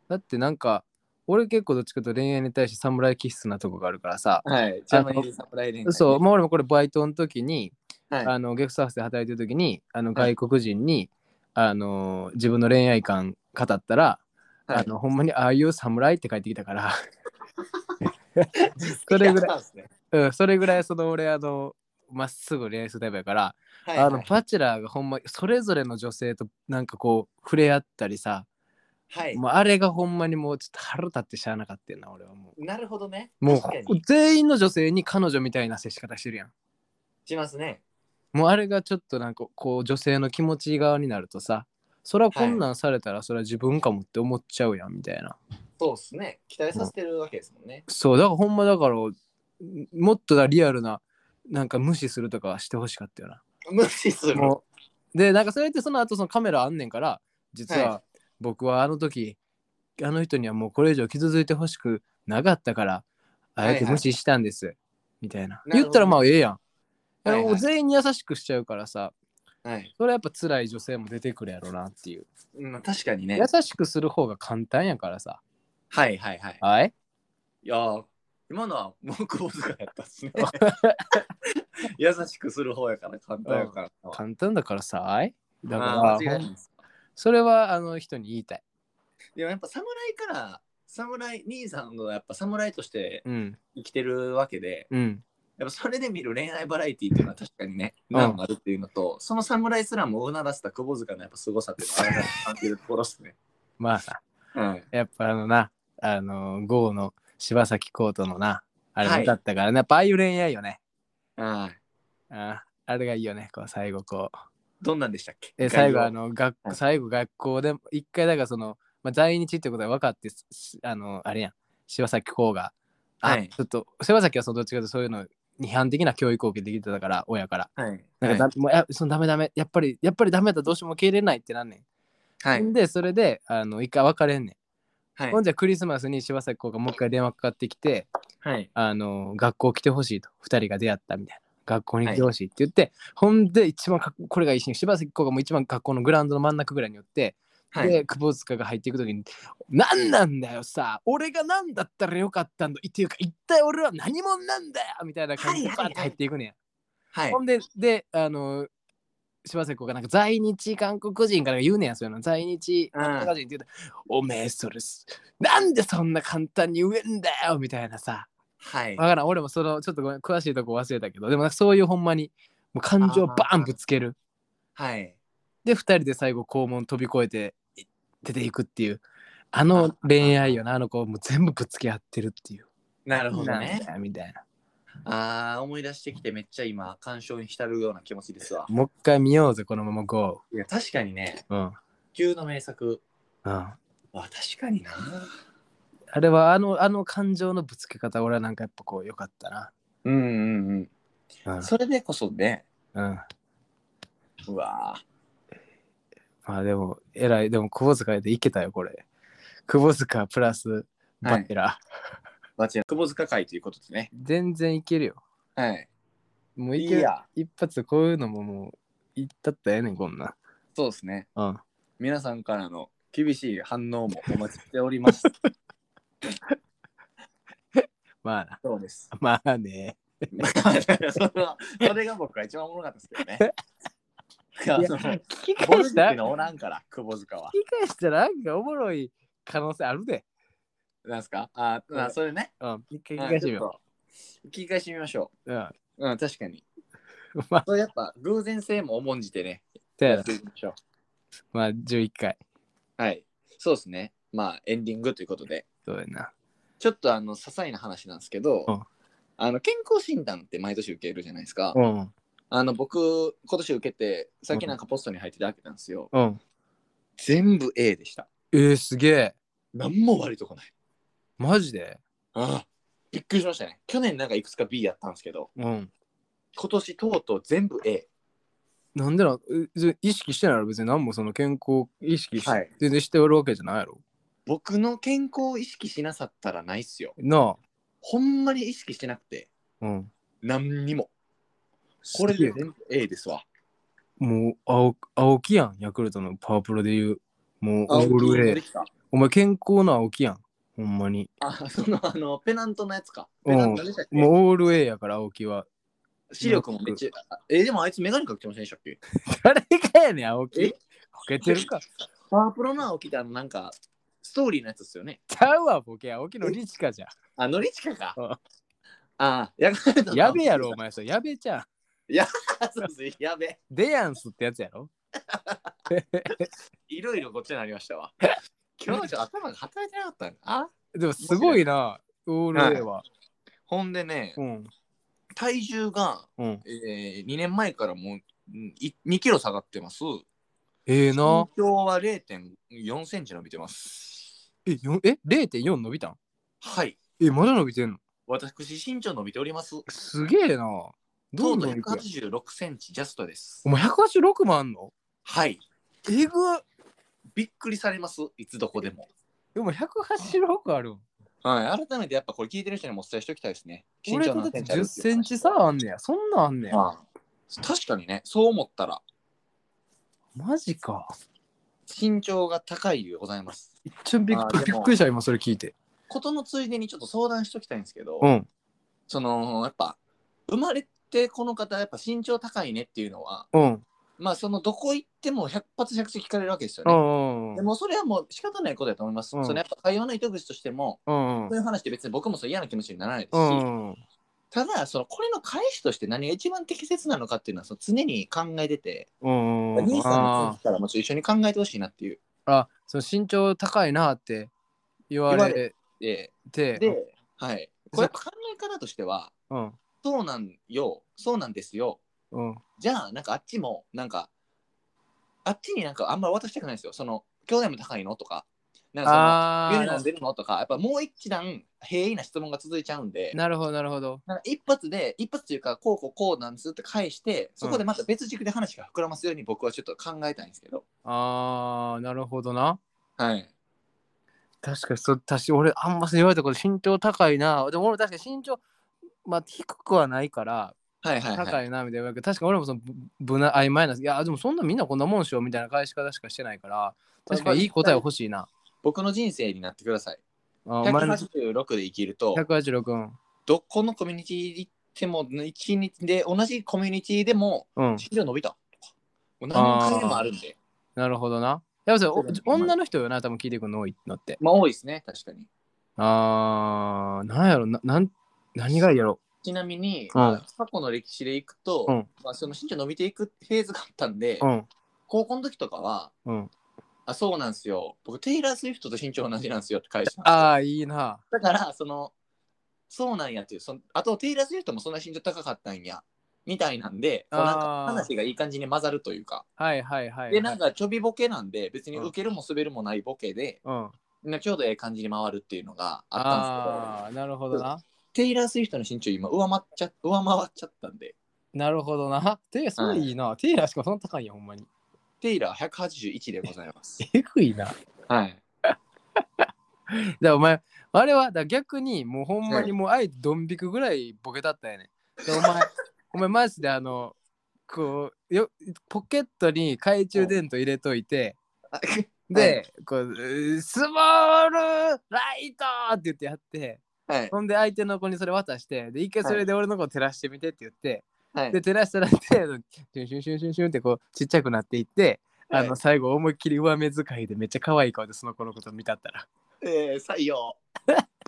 [SPEAKER 2] だってなんか俺結構どっちかというと恋愛に対して侍気質なとこがあるからさ
[SPEAKER 1] はい。ジャマニーズサプライレン
[SPEAKER 2] そう、まあ、俺もこれバイトの時に
[SPEAKER 1] はい。
[SPEAKER 2] あのゲクスハウスで働いてる時にあの外国人に、あの自分の恋愛観語ったら、
[SPEAKER 1] はい
[SPEAKER 2] あのほんまにああいう侍って帰ってきたから、 それぐら
[SPEAKER 1] いや。そう
[SPEAKER 2] い
[SPEAKER 1] ですね
[SPEAKER 2] うん、それぐらいその俺あのまっすぐ恋愛するタイプやから、
[SPEAKER 1] はい。
[SPEAKER 2] あのバチェラーがほんまそれぞれの女性となんかこう触れ合ったりさ、
[SPEAKER 1] はい。
[SPEAKER 2] もうあれがほんまにもうちょっと腹立ってしゃあなかったよな俺はも
[SPEAKER 1] なるほどね。
[SPEAKER 2] うも
[SPEAKER 1] 確か
[SPEAKER 2] う
[SPEAKER 1] に
[SPEAKER 2] 全員の女性に彼女みたいな接し方してるやん
[SPEAKER 1] しますね。
[SPEAKER 2] もうあれがちょっとなんかこう女性の気持ち側になるとさそらこんなんされたらそら自分かもって思っちゃうやんみたいな、
[SPEAKER 1] そうですね。期待させてるわけですもんね。
[SPEAKER 2] そうだからほんまだからんもっとだリアルななんか無視するとかはしてほしかったよな
[SPEAKER 1] 無視する。
[SPEAKER 2] もうでなんかそれってその後そのカメラあんねんから実
[SPEAKER 1] は
[SPEAKER 2] は僕はあの時あの人にはもうこれ以上傷ついてほしくなかったからあえて無視したんです、みたい
[SPEAKER 1] な
[SPEAKER 2] な
[SPEAKER 1] るほどね
[SPEAKER 2] 言ったらまあええやん、
[SPEAKER 1] はいはい
[SPEAKER 2] もう全員に優しくしちゃうからさ
[SPEAKER 1] はい。
[SPEAKER 2] それはやっぱ辛い女性も出てくるやろなっていう
[SPEAKER 1] うん、確かにね。
[SPEAKER 2] 優しくする方が簡単やからさ。
[SPEAKER 1] はいはいはい。
[SPEAKER 2] はい
[SPEAKER 1] いやー今のはもう小塚やったっ すね。優しくする方やから簡単やから。
[SPEAKER 2] 簡単だからさ。はいだ
[SPEAKER 1] あー間
[SPEAKER 2] か
[SPEAKER 1] 違
[SPEAKER 2] ら
[SPEAKER 1] いない、です
[SPEAKER 2] それはあの人に言いたい。
[SPEAKER 1] でもやっぱ侍から、侍、兄さんのやっぱ侍として
[SPEAKER 2] うん。
[SPEAKER 1] 生きてるわけで、
[SPEAKER 2] うん。
[SPEAKER 1] やっぱそれで見る恋愛バラエティっていうのは確かにね、何もあるっていうのと、その侍すらもうならせた窪塚のやっぱ凄さっていうのは、あれだ感じるところですね。
[SPEAKER 2] まあさ、
[SPEAKER 1] うん。
[SPEAKER 2] やっぱあのな、あの、GO の柴咲コートのな、あ
[SPEAKER 1] は
[SPEAKER 2] れ
[SPEAKER 1] い
[SPEAKER 2] だったからね、やっぱああいう恋愛よね。
[SPEAKER 1] はい。
[SPEAKER 2] ああれがいいよね、こう最後こう。
[SPEAKER 1] どんなんでしたっけ
[SPEAKER 2] え最後
[SPEAKER 1] 概要
[SPEAKER 2] あの学
[SPEAKER 1] はい
[SPEAKER 2] 最後学校で一回だからその、まあ、在日ってことが分かってすすあのあれやん柴咲コウが、あ
[SPEAKER 1] はい
[SPEAKER 2] ちょっと柴咲はそのどっちかというとそういうのに批判的な教育を受けてきてたから親から
[SPEAKER 1] はい。
[SPEAKER 2] なんかだ、もうやそのダメダメやっぱりやっぱりダメだどうしても受け入れないってなんねん、
[SPEAKER 1] はい。
[SPEAKER 2] でそれであの一回別れんねん、
[SPEAKER 1] はい
[SPEAKER 2] ほん。じゃクリスマスに柴咲コウがもう一回電話かかってきて
[SPEAKER 1] はい。
[SPEAKER 2] あの学校来てほしいと2人が出会ったみたいな学校に来てほしいって言って、ほんで一番かっこれがいいシーン柴咲コウがもう一番学校のグラウンドの真ん中ぐらいに寄って、
[SPEAKER 1] はい。
[SPEAKER 2] で窪塚が入っていく時に「何なんだよさ俺が何だったらよかったんだ」っていうか一体俺は何者なんだよみたいな感じで
[SPEAKER 1] はいはいは
[SPEAKER 2] バー
[SPEAKER 1] い
[SPEAKER 2] って入っていくねん、
[SPEAKER 1] はい
[SPEAKER 2] ほ。んでであの柴咲コウがなんか在日韓国人から言うねんそういうの在日
[SPEAKER 1] うん
[SPEAKER 2] 韓国人って言うと「おめえそれすなんでそんな簡単に言えんだよ」みたいなさ
[SPEAKER 1] はい
[SPEAKER 2] わ。からん俺もそのちょっとごめん詳しいとこ忘れたけどでもなんかそういうほんまにもう感情バーンぶつける
[SPEAKER 1] はい。
[SPEAKER 2] で2人で最後校門飛び越えてい出ていくっていうあの恋愛よなあの子もう全部ぶつけ合ってるっていう
[SPEAKER 1] なるほど
[SPEAKER 2] なん
[SPEAKER 1] ね。
[SPEAKER 2] だよみたいな
[SPEAKER 1] ああ、思い出してきてめっちゃ今、感傷に浸るような気持ちですわ。
[SPEAKER 2] もう一回見ようぜこのまま GO
[SPEAKER 1] いや、確かにね、
[SPEAKER 2] うん、うん、
[SPEAKER 1] 急の名作。
[SPEAKER 2] あ
[SPEAKER 1] あ、確かにな。
[SPEAKER 2] れはあのあの感情のぶつけ方俺はなんかやっぱこうよかったな
[SPEAKER 1] うんうん
[SPEAKER 2] う
[SPEAKER 1] うんん。、それでこそね、
[SPEAKER 2] うん、
[SPEAKER 1] うわー
[SPEAKER 2] まあでもえらいでも窪塚でいけたよこれ窪塚プラスバテラ、
[SPEAKER 1] バチェラー窪塚会ということですね。
[SPEAKER 2] 全然いけるよ
[SPEAKER 1] はい。
[SPEAKER 2] もう
[SPEAKER 1] い
[SPEAKER 2] い
[SPEAKER 1] い
[SPEAKER 2] ける
[SPEAKER 1] や。
[SPEAKER 2] 一発こういうのももう言ったったらええねんこんなん
[SPEAKER 1] そうですね。
[SPEAKER 2] うん
[SPEAKER 1] 皆さんからの厳しい反応もお待ちしており ます。
[SPEAKER 2] まあな
[SPEAKER 1] そうです。
[SPEAKER 2] まあね
[SPEAKER 1] まあだからそれはそれが僕が一番おもろかったですけどね。いや、
[SPEAKER 2] いや
[SPEAKER 1] その、
[SPEAKER 2] 聞き
[SPEAKER 1] ボ
[SPEAKER 2] 返
[SPEAKER 1] ル
[SPEAKER 2] した
[SPEAKER 1] テ
[SPEAKER 2] 聞
[SPEAKER 1] のおらんから、窪塚は。
[SPEAKER 2] き返したらなんかおもろい可能性あるで
[SPEAKER 1] なんすかあ、まあそれね。
[SPEAKER 2] うん一
[SPEAKER 1] う
[SPEAKER 2] 回聞き
[SPEAKER 1] ん
[SPEAKER 2] 返し
[SPEAKER 1] ち
[SPEAKER 2] てみ
[SPEAKER 1] ょっ
[SPEAKER 2] よ
[SPEAKER 1] と聞き返してみましょ
[SPEAKER 2] ううん
[SPEAKER 1] う。うん、確かに。
[SPEAKER 2] まあ
[SPEAKER 1] それやっぱ偶然性も重んじてね。
[SPEAKER 2] せや
[SPEAKER 1] やっ
[SPEAKER 2] な
[SPEAKER 1] ていきましょう。
[SPEAKER 2] まあ11回
[SPEAKER 1] はい。そうですね。まあエンディングということで、
[SPEAKER 2] そうやな
[SPEAKER 1] ちょっとあの、些細な話なんですけど、
[SPEAKER 2] うん
[SPEAKER 1] あの健康診断って毎年受けるじゃないですか。
[SPEAKER 2] うん
[SPEAKER 1] あの僕、今年受けて、さっきなんかポストに入ってて開けたんですよ。
[SPEAKER 2] うん
[SPEAKER 1] 全部 A でした。
[SPEAKER 2] えー、すげえ
[SPEAKER 1] なんも悪いとこない。
[SPEAKER 2] マジで
[SPEAKER 1] ああびっくりしましたね。去年なんかいくつか B やったんですけど、
[SPEAKER 2] うん
[SPEAKER 1] 今年とうとう全部 A。
[SPEAKER 2] なんでなんえ別に意識してないやろ別に何もその健康意識して、
[SPEAKER 1] はい
[SPEAKER 2] 全然しておるわけじゃないやろ
[SPEAKER 1] 僕の健康を意識しなさったらないっすよ。
[SPEAKER 2] な
[SPEAKER 1] ほんまに意識してなくて、
[SPEAKER 2] あうん
[SPEAKER 1] 何にも。これで全部 A ですわ。
[SPEAKER 2] もう青青木やんヤクルトのパワープロで言うもうオール A
[SPEAKER 1] できた。
[SPEAKER 2] お前健康な青木やん。ほんまに。
[SPEAKER 1] あ、その、あの、ペナントのやつか。
[SPEAKER 2] うん
[SPEAKER 1] ペナントでしたっけ
[SPEAKER 2] もうオール A やから青木は。
[SPEAKER 1] 視力もめっちゃ。あえ、でもあいつメガネかけてませんでしたっけ
[SPEAKER 2] 誰かやねん、青木
[SPEAKER 1] え。
[SPEAKER 2] ボケてるか。
[SPEAKER 1] パワープロの青木ってあの、なんか、ストーリーのやつですよね。
[SPEAKER 2] ちゃうわ、ボケ。青木のリチカじゃん。
[SPEAKER 1] あ、ノリチカか。
[SPEAKER 2] うん
[SPEAKER 1] ああ、やがる
[SPEAKER 2] やべえやろ、お。前それ。やべえちゃん。
[SPEAKER 1] そうです、やべえ。
[SPEAKER 2] デヤンスってやつやろ。
[SPEAKER 1] いろいろこっちになりました わ。今日ちょっと頭が働いてなかったんあ
[SPEAKER 2] でもすごいな、オール A は。
[SPEAKER 1] ほんでね、
[SPEAKER 2] うん。
[SPEAKER 1] 体重が、
[SPEAKER 2] うん。
[SPEAKER 1] えー、2年前からもうんい2キロ下がってます。
[SPEAKER 2] ええ
[SPEAKER 1] 身
[SPEAKER 2] な。
[SPEAKER 1] 長は0.4センチ伸びてます。
[SPEAKER 2] え、よえ、0.4伸びたん
[SPEAKER 1] はい。
[SPEAKER 2] え、まだ伸びてんの
[SPEAKER 1] 私、身長伸びております。
[SPEAKER 2] すげえな。
[SPEAKER 1] ど
[SPEAKER 2] ど
[SPEAKER 1] う
[SPEAKER 2] んど
[SPEAKER 1] ぞ
[SPEAKER 2] ん伸びてる
[SPEAKER 1] 186センチジャストです
[SPEAKER 2] お。前186もあんの
[SPEAKER 1] はい。
[SPEAKER 2] えぐっ
[SPEAKER 1] びっくりされます。いつどこでも。
[SPEAKER 2] えお前186あるん
[SPEAKER 1] はい。改めてやっぱこれ聞いてる人にもお伝えしておきたいですね。
[SPEAKER 2] 俺とだって10センチ差あんねや。そんなんあんねや。
[SPEAKER 1] あ確かにね、そう思ったら
[SPEAKER 2] マジか。
[SPEAKER 1] 身長が高いでございます。
[SPEAKER 2] 一瞬びっ
[SPEAKER 1] あー
[SPEAKER 2] く
[SPEAKER 1] で
[SPEAKER 2] び
[SPEAKER 1] も
[SPEAKER 2] っくりした、今それ聞いて。
[SPEAKER 1] ことのついでにちょっと相談しときたいんですけど、
[SPEAKER 2] うん。
[SPEAKER 1] そのやっぱ生まれてこの方やっぱ身長高いねっていうのは、
[SPEAKER 2] うん。
[SPEAKER 1] まあそのどこ行っても100発100中聞かれるわけですよ
[SPEAKER 2] う
[SPEAKER 1] ね。
[SPEAKER 2] ん。
[SPEAKER 1] でもそれはもう仕方ないことだと思います。
[SPEAKER 2] うん
[SPEAKER 1] そのやっぱ会話の糸口としても、
[SPEAKER 2] うん。
[SPEAKER 1] そういう話って別に僕もそう嫌な気持ちにならないですし、
[SPEAKER 2] うん。
[SPEAKER 1] ただそのこれの返しとして何が一番適切なのかっていうのはその常に考えてて、
[SPEAKER 2] うんうん
[SPEAKER 1] 兄さんの
[SPEAKER 2] あ
[SPEAKER 1] 時からもちょっと一緒に考えてほしいなっていう。
[SPEAKER 2] ーあその身長高いなって言われ
[SPEAKER 1] で、
[SPEAKER 2] て
[SPEAKER 1] ではい、これやっぱ考え方としては
[SPEAKER 2] うん
[SPEAKER 1] そうなんよそうなんですよ
[SPEAKER 2] うん
[SPEAKER 1] じゃあなんかあっちもなんかあっちになんかあんまり渡したくないんですよその兄弟も高いのとかなんか
[SPEAKER 2] あ
[SPEAKER 1] その
[SPEAKER 2] あ
[SPEAKER 1] ビール飲んでるのとかやっぱもう一段平易な質問が続いちゃうんで
[SPEAKER 2] なるほどなるほど
[SPEAKER 1] なんか一発で一発というかこうこうこうなんですって返してそこでまた別軸で話が膨らますように僕はちょっと考えたいんですけど、
[SPEAKER 2] ああなるほどな
[SPEAKER 1] はい
[SPEAKER 2] 確かにそう私俺あんまそう言われたこと身長高いなでも俺確かに身長まあ低くはないから
[SPEAKER 1] はいはいはい
[SPEAKER 2] 高いなみたいな言われるけど確かに俺もそのぶ無難曖昧なんですいやでもそんなみんなこんなもんしようみたいな返し方しかしてないから確かにいい答え欲しいな
[SPEAKER 1] 僕の人生になってください
[SPEAKER 2] あお前の
[SPEAKER 1] 186で生きると
[SPEAKER 2] 186うん
[SPEAKER 1] どこのコミュニティ行っても1日で同じコミュニティでも
[SPEAKER 2] うん
[SPEAKER 1] 身長伸びたとかもう何万回でもあるんで
[SPEAKER 2] なるほどなやっぱそれお
[SPEAKER 1] そうだね
[SPEAKER 2] 女の人よな多分聞いてくるの多いのって
[SPEAKER 1] まあ多いですね確かに
[SPEAKER 2] あーなんやろななん何がいいやろ
[SPEAKER 1] ちなみに、
[SPEAKER 2] うん
[SPEAKER 1] まあ過去の歴史でいくと、
[SPEAKER 2] うん
[SPEAKER 1] まあ、その身長伸びていくフェーズがあったんで、
[SPEAKER 2] うん
[SPEAKER 1] 高校の時とかは
[SPEAKER 2] うん
[SPEAKER 1] あそうなんですよ僕テイラー・スウィフトと身長同じなんですよって返したんですよ
[SPEAKER 2] ああいいな
[SPEAKER 1] だから、その、そうなんやっていう、そのあとテイラー・スウィフトもそんな身長高かったんや、みたいなんで、こうなんか
[SPEAKER 2] あー
[SPEAKER 1] 話がいい感じに混ざるというか、
[SPEAKER 2] はいはいはい、はい、
[SPEAKER 1] で、なんかちょびボケなんで、別に
[SPEAKER 2] うん
[SPEAKER 1] 受けるも滑るもないボケで、
[SPEAKER 2] うん
[SPEAKER 1] なちょうどええ感じに回るっていうのがあったんですけど、
[SPEAKER 2] ああーなるほどな
[SPEAKER 1] テイラー・スウィフトの身長今上回っちゃ、上回っちゃったんで、
[SPEAKER 2] なるほどなテイラーすごいいいな、テイラーしかもそんな高いんやほんまに
[SPEAKER 1] テイラー181でござい ます。
[SPEAKER 2] えぐいなだか
[SPEAKER 1] はい。
[SPEAKER 2] らお前あれはだから逆にもうほんまにもうあえてドン引くぐらいボケたったやねんでお前 お前マジであのこうよポケットに懐中電灯入れといて、
[SPEAKER 1] あ
[SPEAKER 2] で、こううー「スモールライト!」って言ってやって
[SPEAKER 1] はい。
[SPEAKER 2] ほんで相手の子にそれ渡してで一回それで俺の子を照らしてみてって言って、
[SPEAKER 1] はい
[SPEAKER 2] で。照らしたら手のシュンシュンシュンシュンシュンってこうちっちゃくなっていって、
[SPEAKER 1] はい
[SPEAKER 2] あの最後思いっきり上目遣いでめっちゃ可愛い顔でその子のこと見たったら
[SPEAKER 1] えー、採用。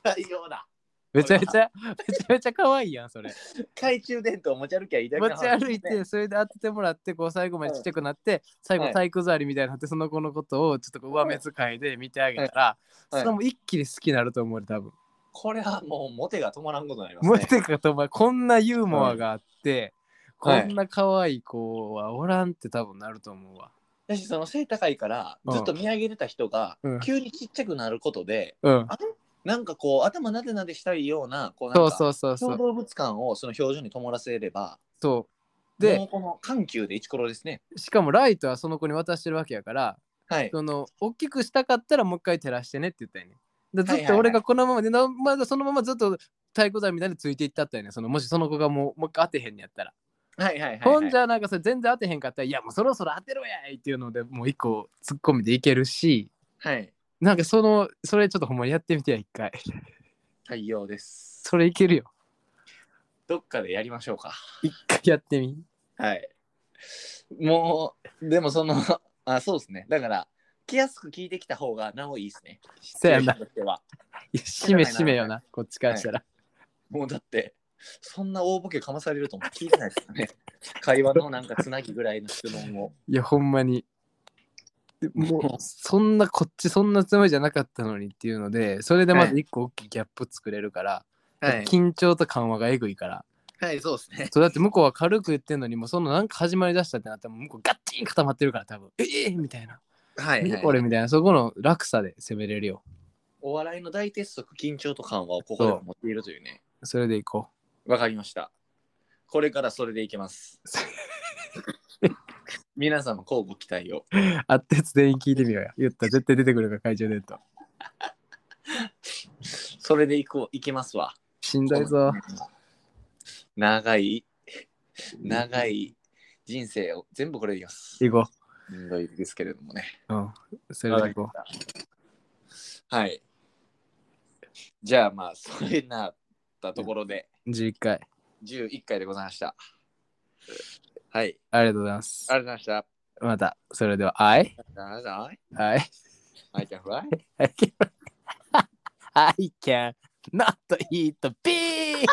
[SPEAKER 1] 採用だ。
[SPEAKER 2] めちゃめちゃめちゃめちゃ可愛いやんそれ
[SPEAKER 1] 懐中電灯持ち歩きゃいいだけの
[SPEAKER 2] 持
[SPEAKER 1] 話
[SPEAKER 2] ち歩いてそれで当ててもらってこう最後までちっちゃくなって最後
[SPEAKER 1] はい
[SPEAKER 2] 体育座りみたいになってその子のことをちょっとこう上目遣いで見てあげたら、
[SPEAKER 1] はい
[SPEAKER 2] それも一気に好きになると思うよ多分。
[SPEAKER 1] これはもうモテが止まらんことになりますね。
[SPEAKER 2] もうてかとお前こんなユーモアがあって、
[SPEAKER 1] はい
[SPEAKER 2] こんな可愛い子はおらんって多分なると思うわ。
[SPEAKER 1] だしその背高いから
[SPEAKER 2] うん
[SPEAKER 1] ずっと見上げてた人が
[SPEAKER 2] うん
[SPEAKER 1] 急にちっちゃくなることで、
[SPEAKER 2] うん。
[SPEAKER 1] なんかこう頭なでなでしたいようなこうな
[SPEAKER 2] そ
[SPEAKER 1] ん
[SPEAKER 2] う
[SPEAKER 1] か
[SPEAKER 2] そうそうそ
[SPEAKER 1] 小
[SPEAKER 2] う。
[SPEAKER 1] 動物感をその表情に灯らせれば
[SPEAKER 2] そう
[SPEAKER 1] でも
[SPEAKER 2] で
[SPEAKER 1] うこの緩急で一コロですね
[SPEAKER 2] しかもライトはその子に渡してるわけやから
[SPEAKER 1] はい
[SPEAKER 2] その大きくしたかったらもう一回照らしてねって言ったよね。でず
[SPEAKER 1] はいは
[SPEAKER 2] っ
[SPEAKER 1] いは
[SPEAKER 2] と
[SPEAKER 1] い
[SPEAKER 2] 俺がこのままで、なまだそのままずっと太鼓台みたいについていったったよね。そのもしその子がもうもう一回当てへんにやったら。
[SPEAKER 1] はいはいはい、はい、
[SPEAKER 2] ほんじゃなんかそれ全然当てへんかったら「いやもうそろそろ当てろやい!」っていうのでもう一個突っ込みでいけるし
[SPEAKER 1] はい
[SPEAKER 2] なんかそのそれちょっとほんまにやってみてや一回。
[SPEAKER 1] 太陽です
[SPEAKER 2] それいけるよ。
[SPEAKER 1] どっかでやりましょうか
[SPEAKER 2] 一回やってみ。
[SPEAKER 1] はいもうでもそのあそうですねだから気安く聞いてきた方がなおいいですね
[SPEAKER 2] そうや
[SPEAKER 1] シチュエーショ
[SPEAKER 2] な
[SPEAKER 1] ンとしてはい
[SPEAKER 2] やしめしめよな、こっちからしたら。
[SPEAKER 1] もうだって、そんな大ボケかまされるとも聞いてないですよね。 会話のなんかつなぎぐらいの質問を。
[SPEAKER 2] いや、ほんまに。でもう、そんなこっちそんなつもりじゃなかったのにっていうので、それでまず一個大きいギャップ作れるから、緊張と緩和がえぐいから。
[SPEAKER 1] はい、そうですね。
[SPEAKER 2] そうだって向こうは軽く言ってんのに、もうそのなんか始まりだしたってなったら、もう向こうガッチン固まってるから、多分。ええみたいな。
[SPEAKER 1] は
[SPEAKER 2] 何これみたいな、そこの落差で攻めれるよ。
[SPEAKER 1] お笑いの大鉄則、緊張と緩和をここでも持っているというね。
[SPEAKER 2] それでいこ
[SPEAKER 1] わかりました。これからそれでいけ ます。皆様、交互期待を。
[SPEAKER 2] う。あってやつ全員聞いてみようや。言ったら絶対出てくるから、会長でと。
[SPEAKER 1] それでいこう、いけますわ。
[SPEAKER 2] しんどいぞ。
[SPEAKER 1] 長い、長い人生を全部これでいきます。
[SPEAKER 2] 行こ
[SPEAKER 1] しんどいですけれどもね。
[SPEAKER 2] う。うん。それでいこう。
[SPEAKER 1] はい。じゃあまあ、それになったところで、
[SPEAKER 2] 11回
[SPEAKER 1] 11回でございました。はい。
[SPEAKER 2] ありがとうございます
[SPEAKER 1] ありがとうござい
[SPEAKER 2] またそれではあい
[SPEAKER 1] ました。ありがとうございまし
[SPEAKER 2] あい
[SPEAKER 1] た。はい、じゃあ、フライ。
[SPEAKER 2] あい I can not eat beef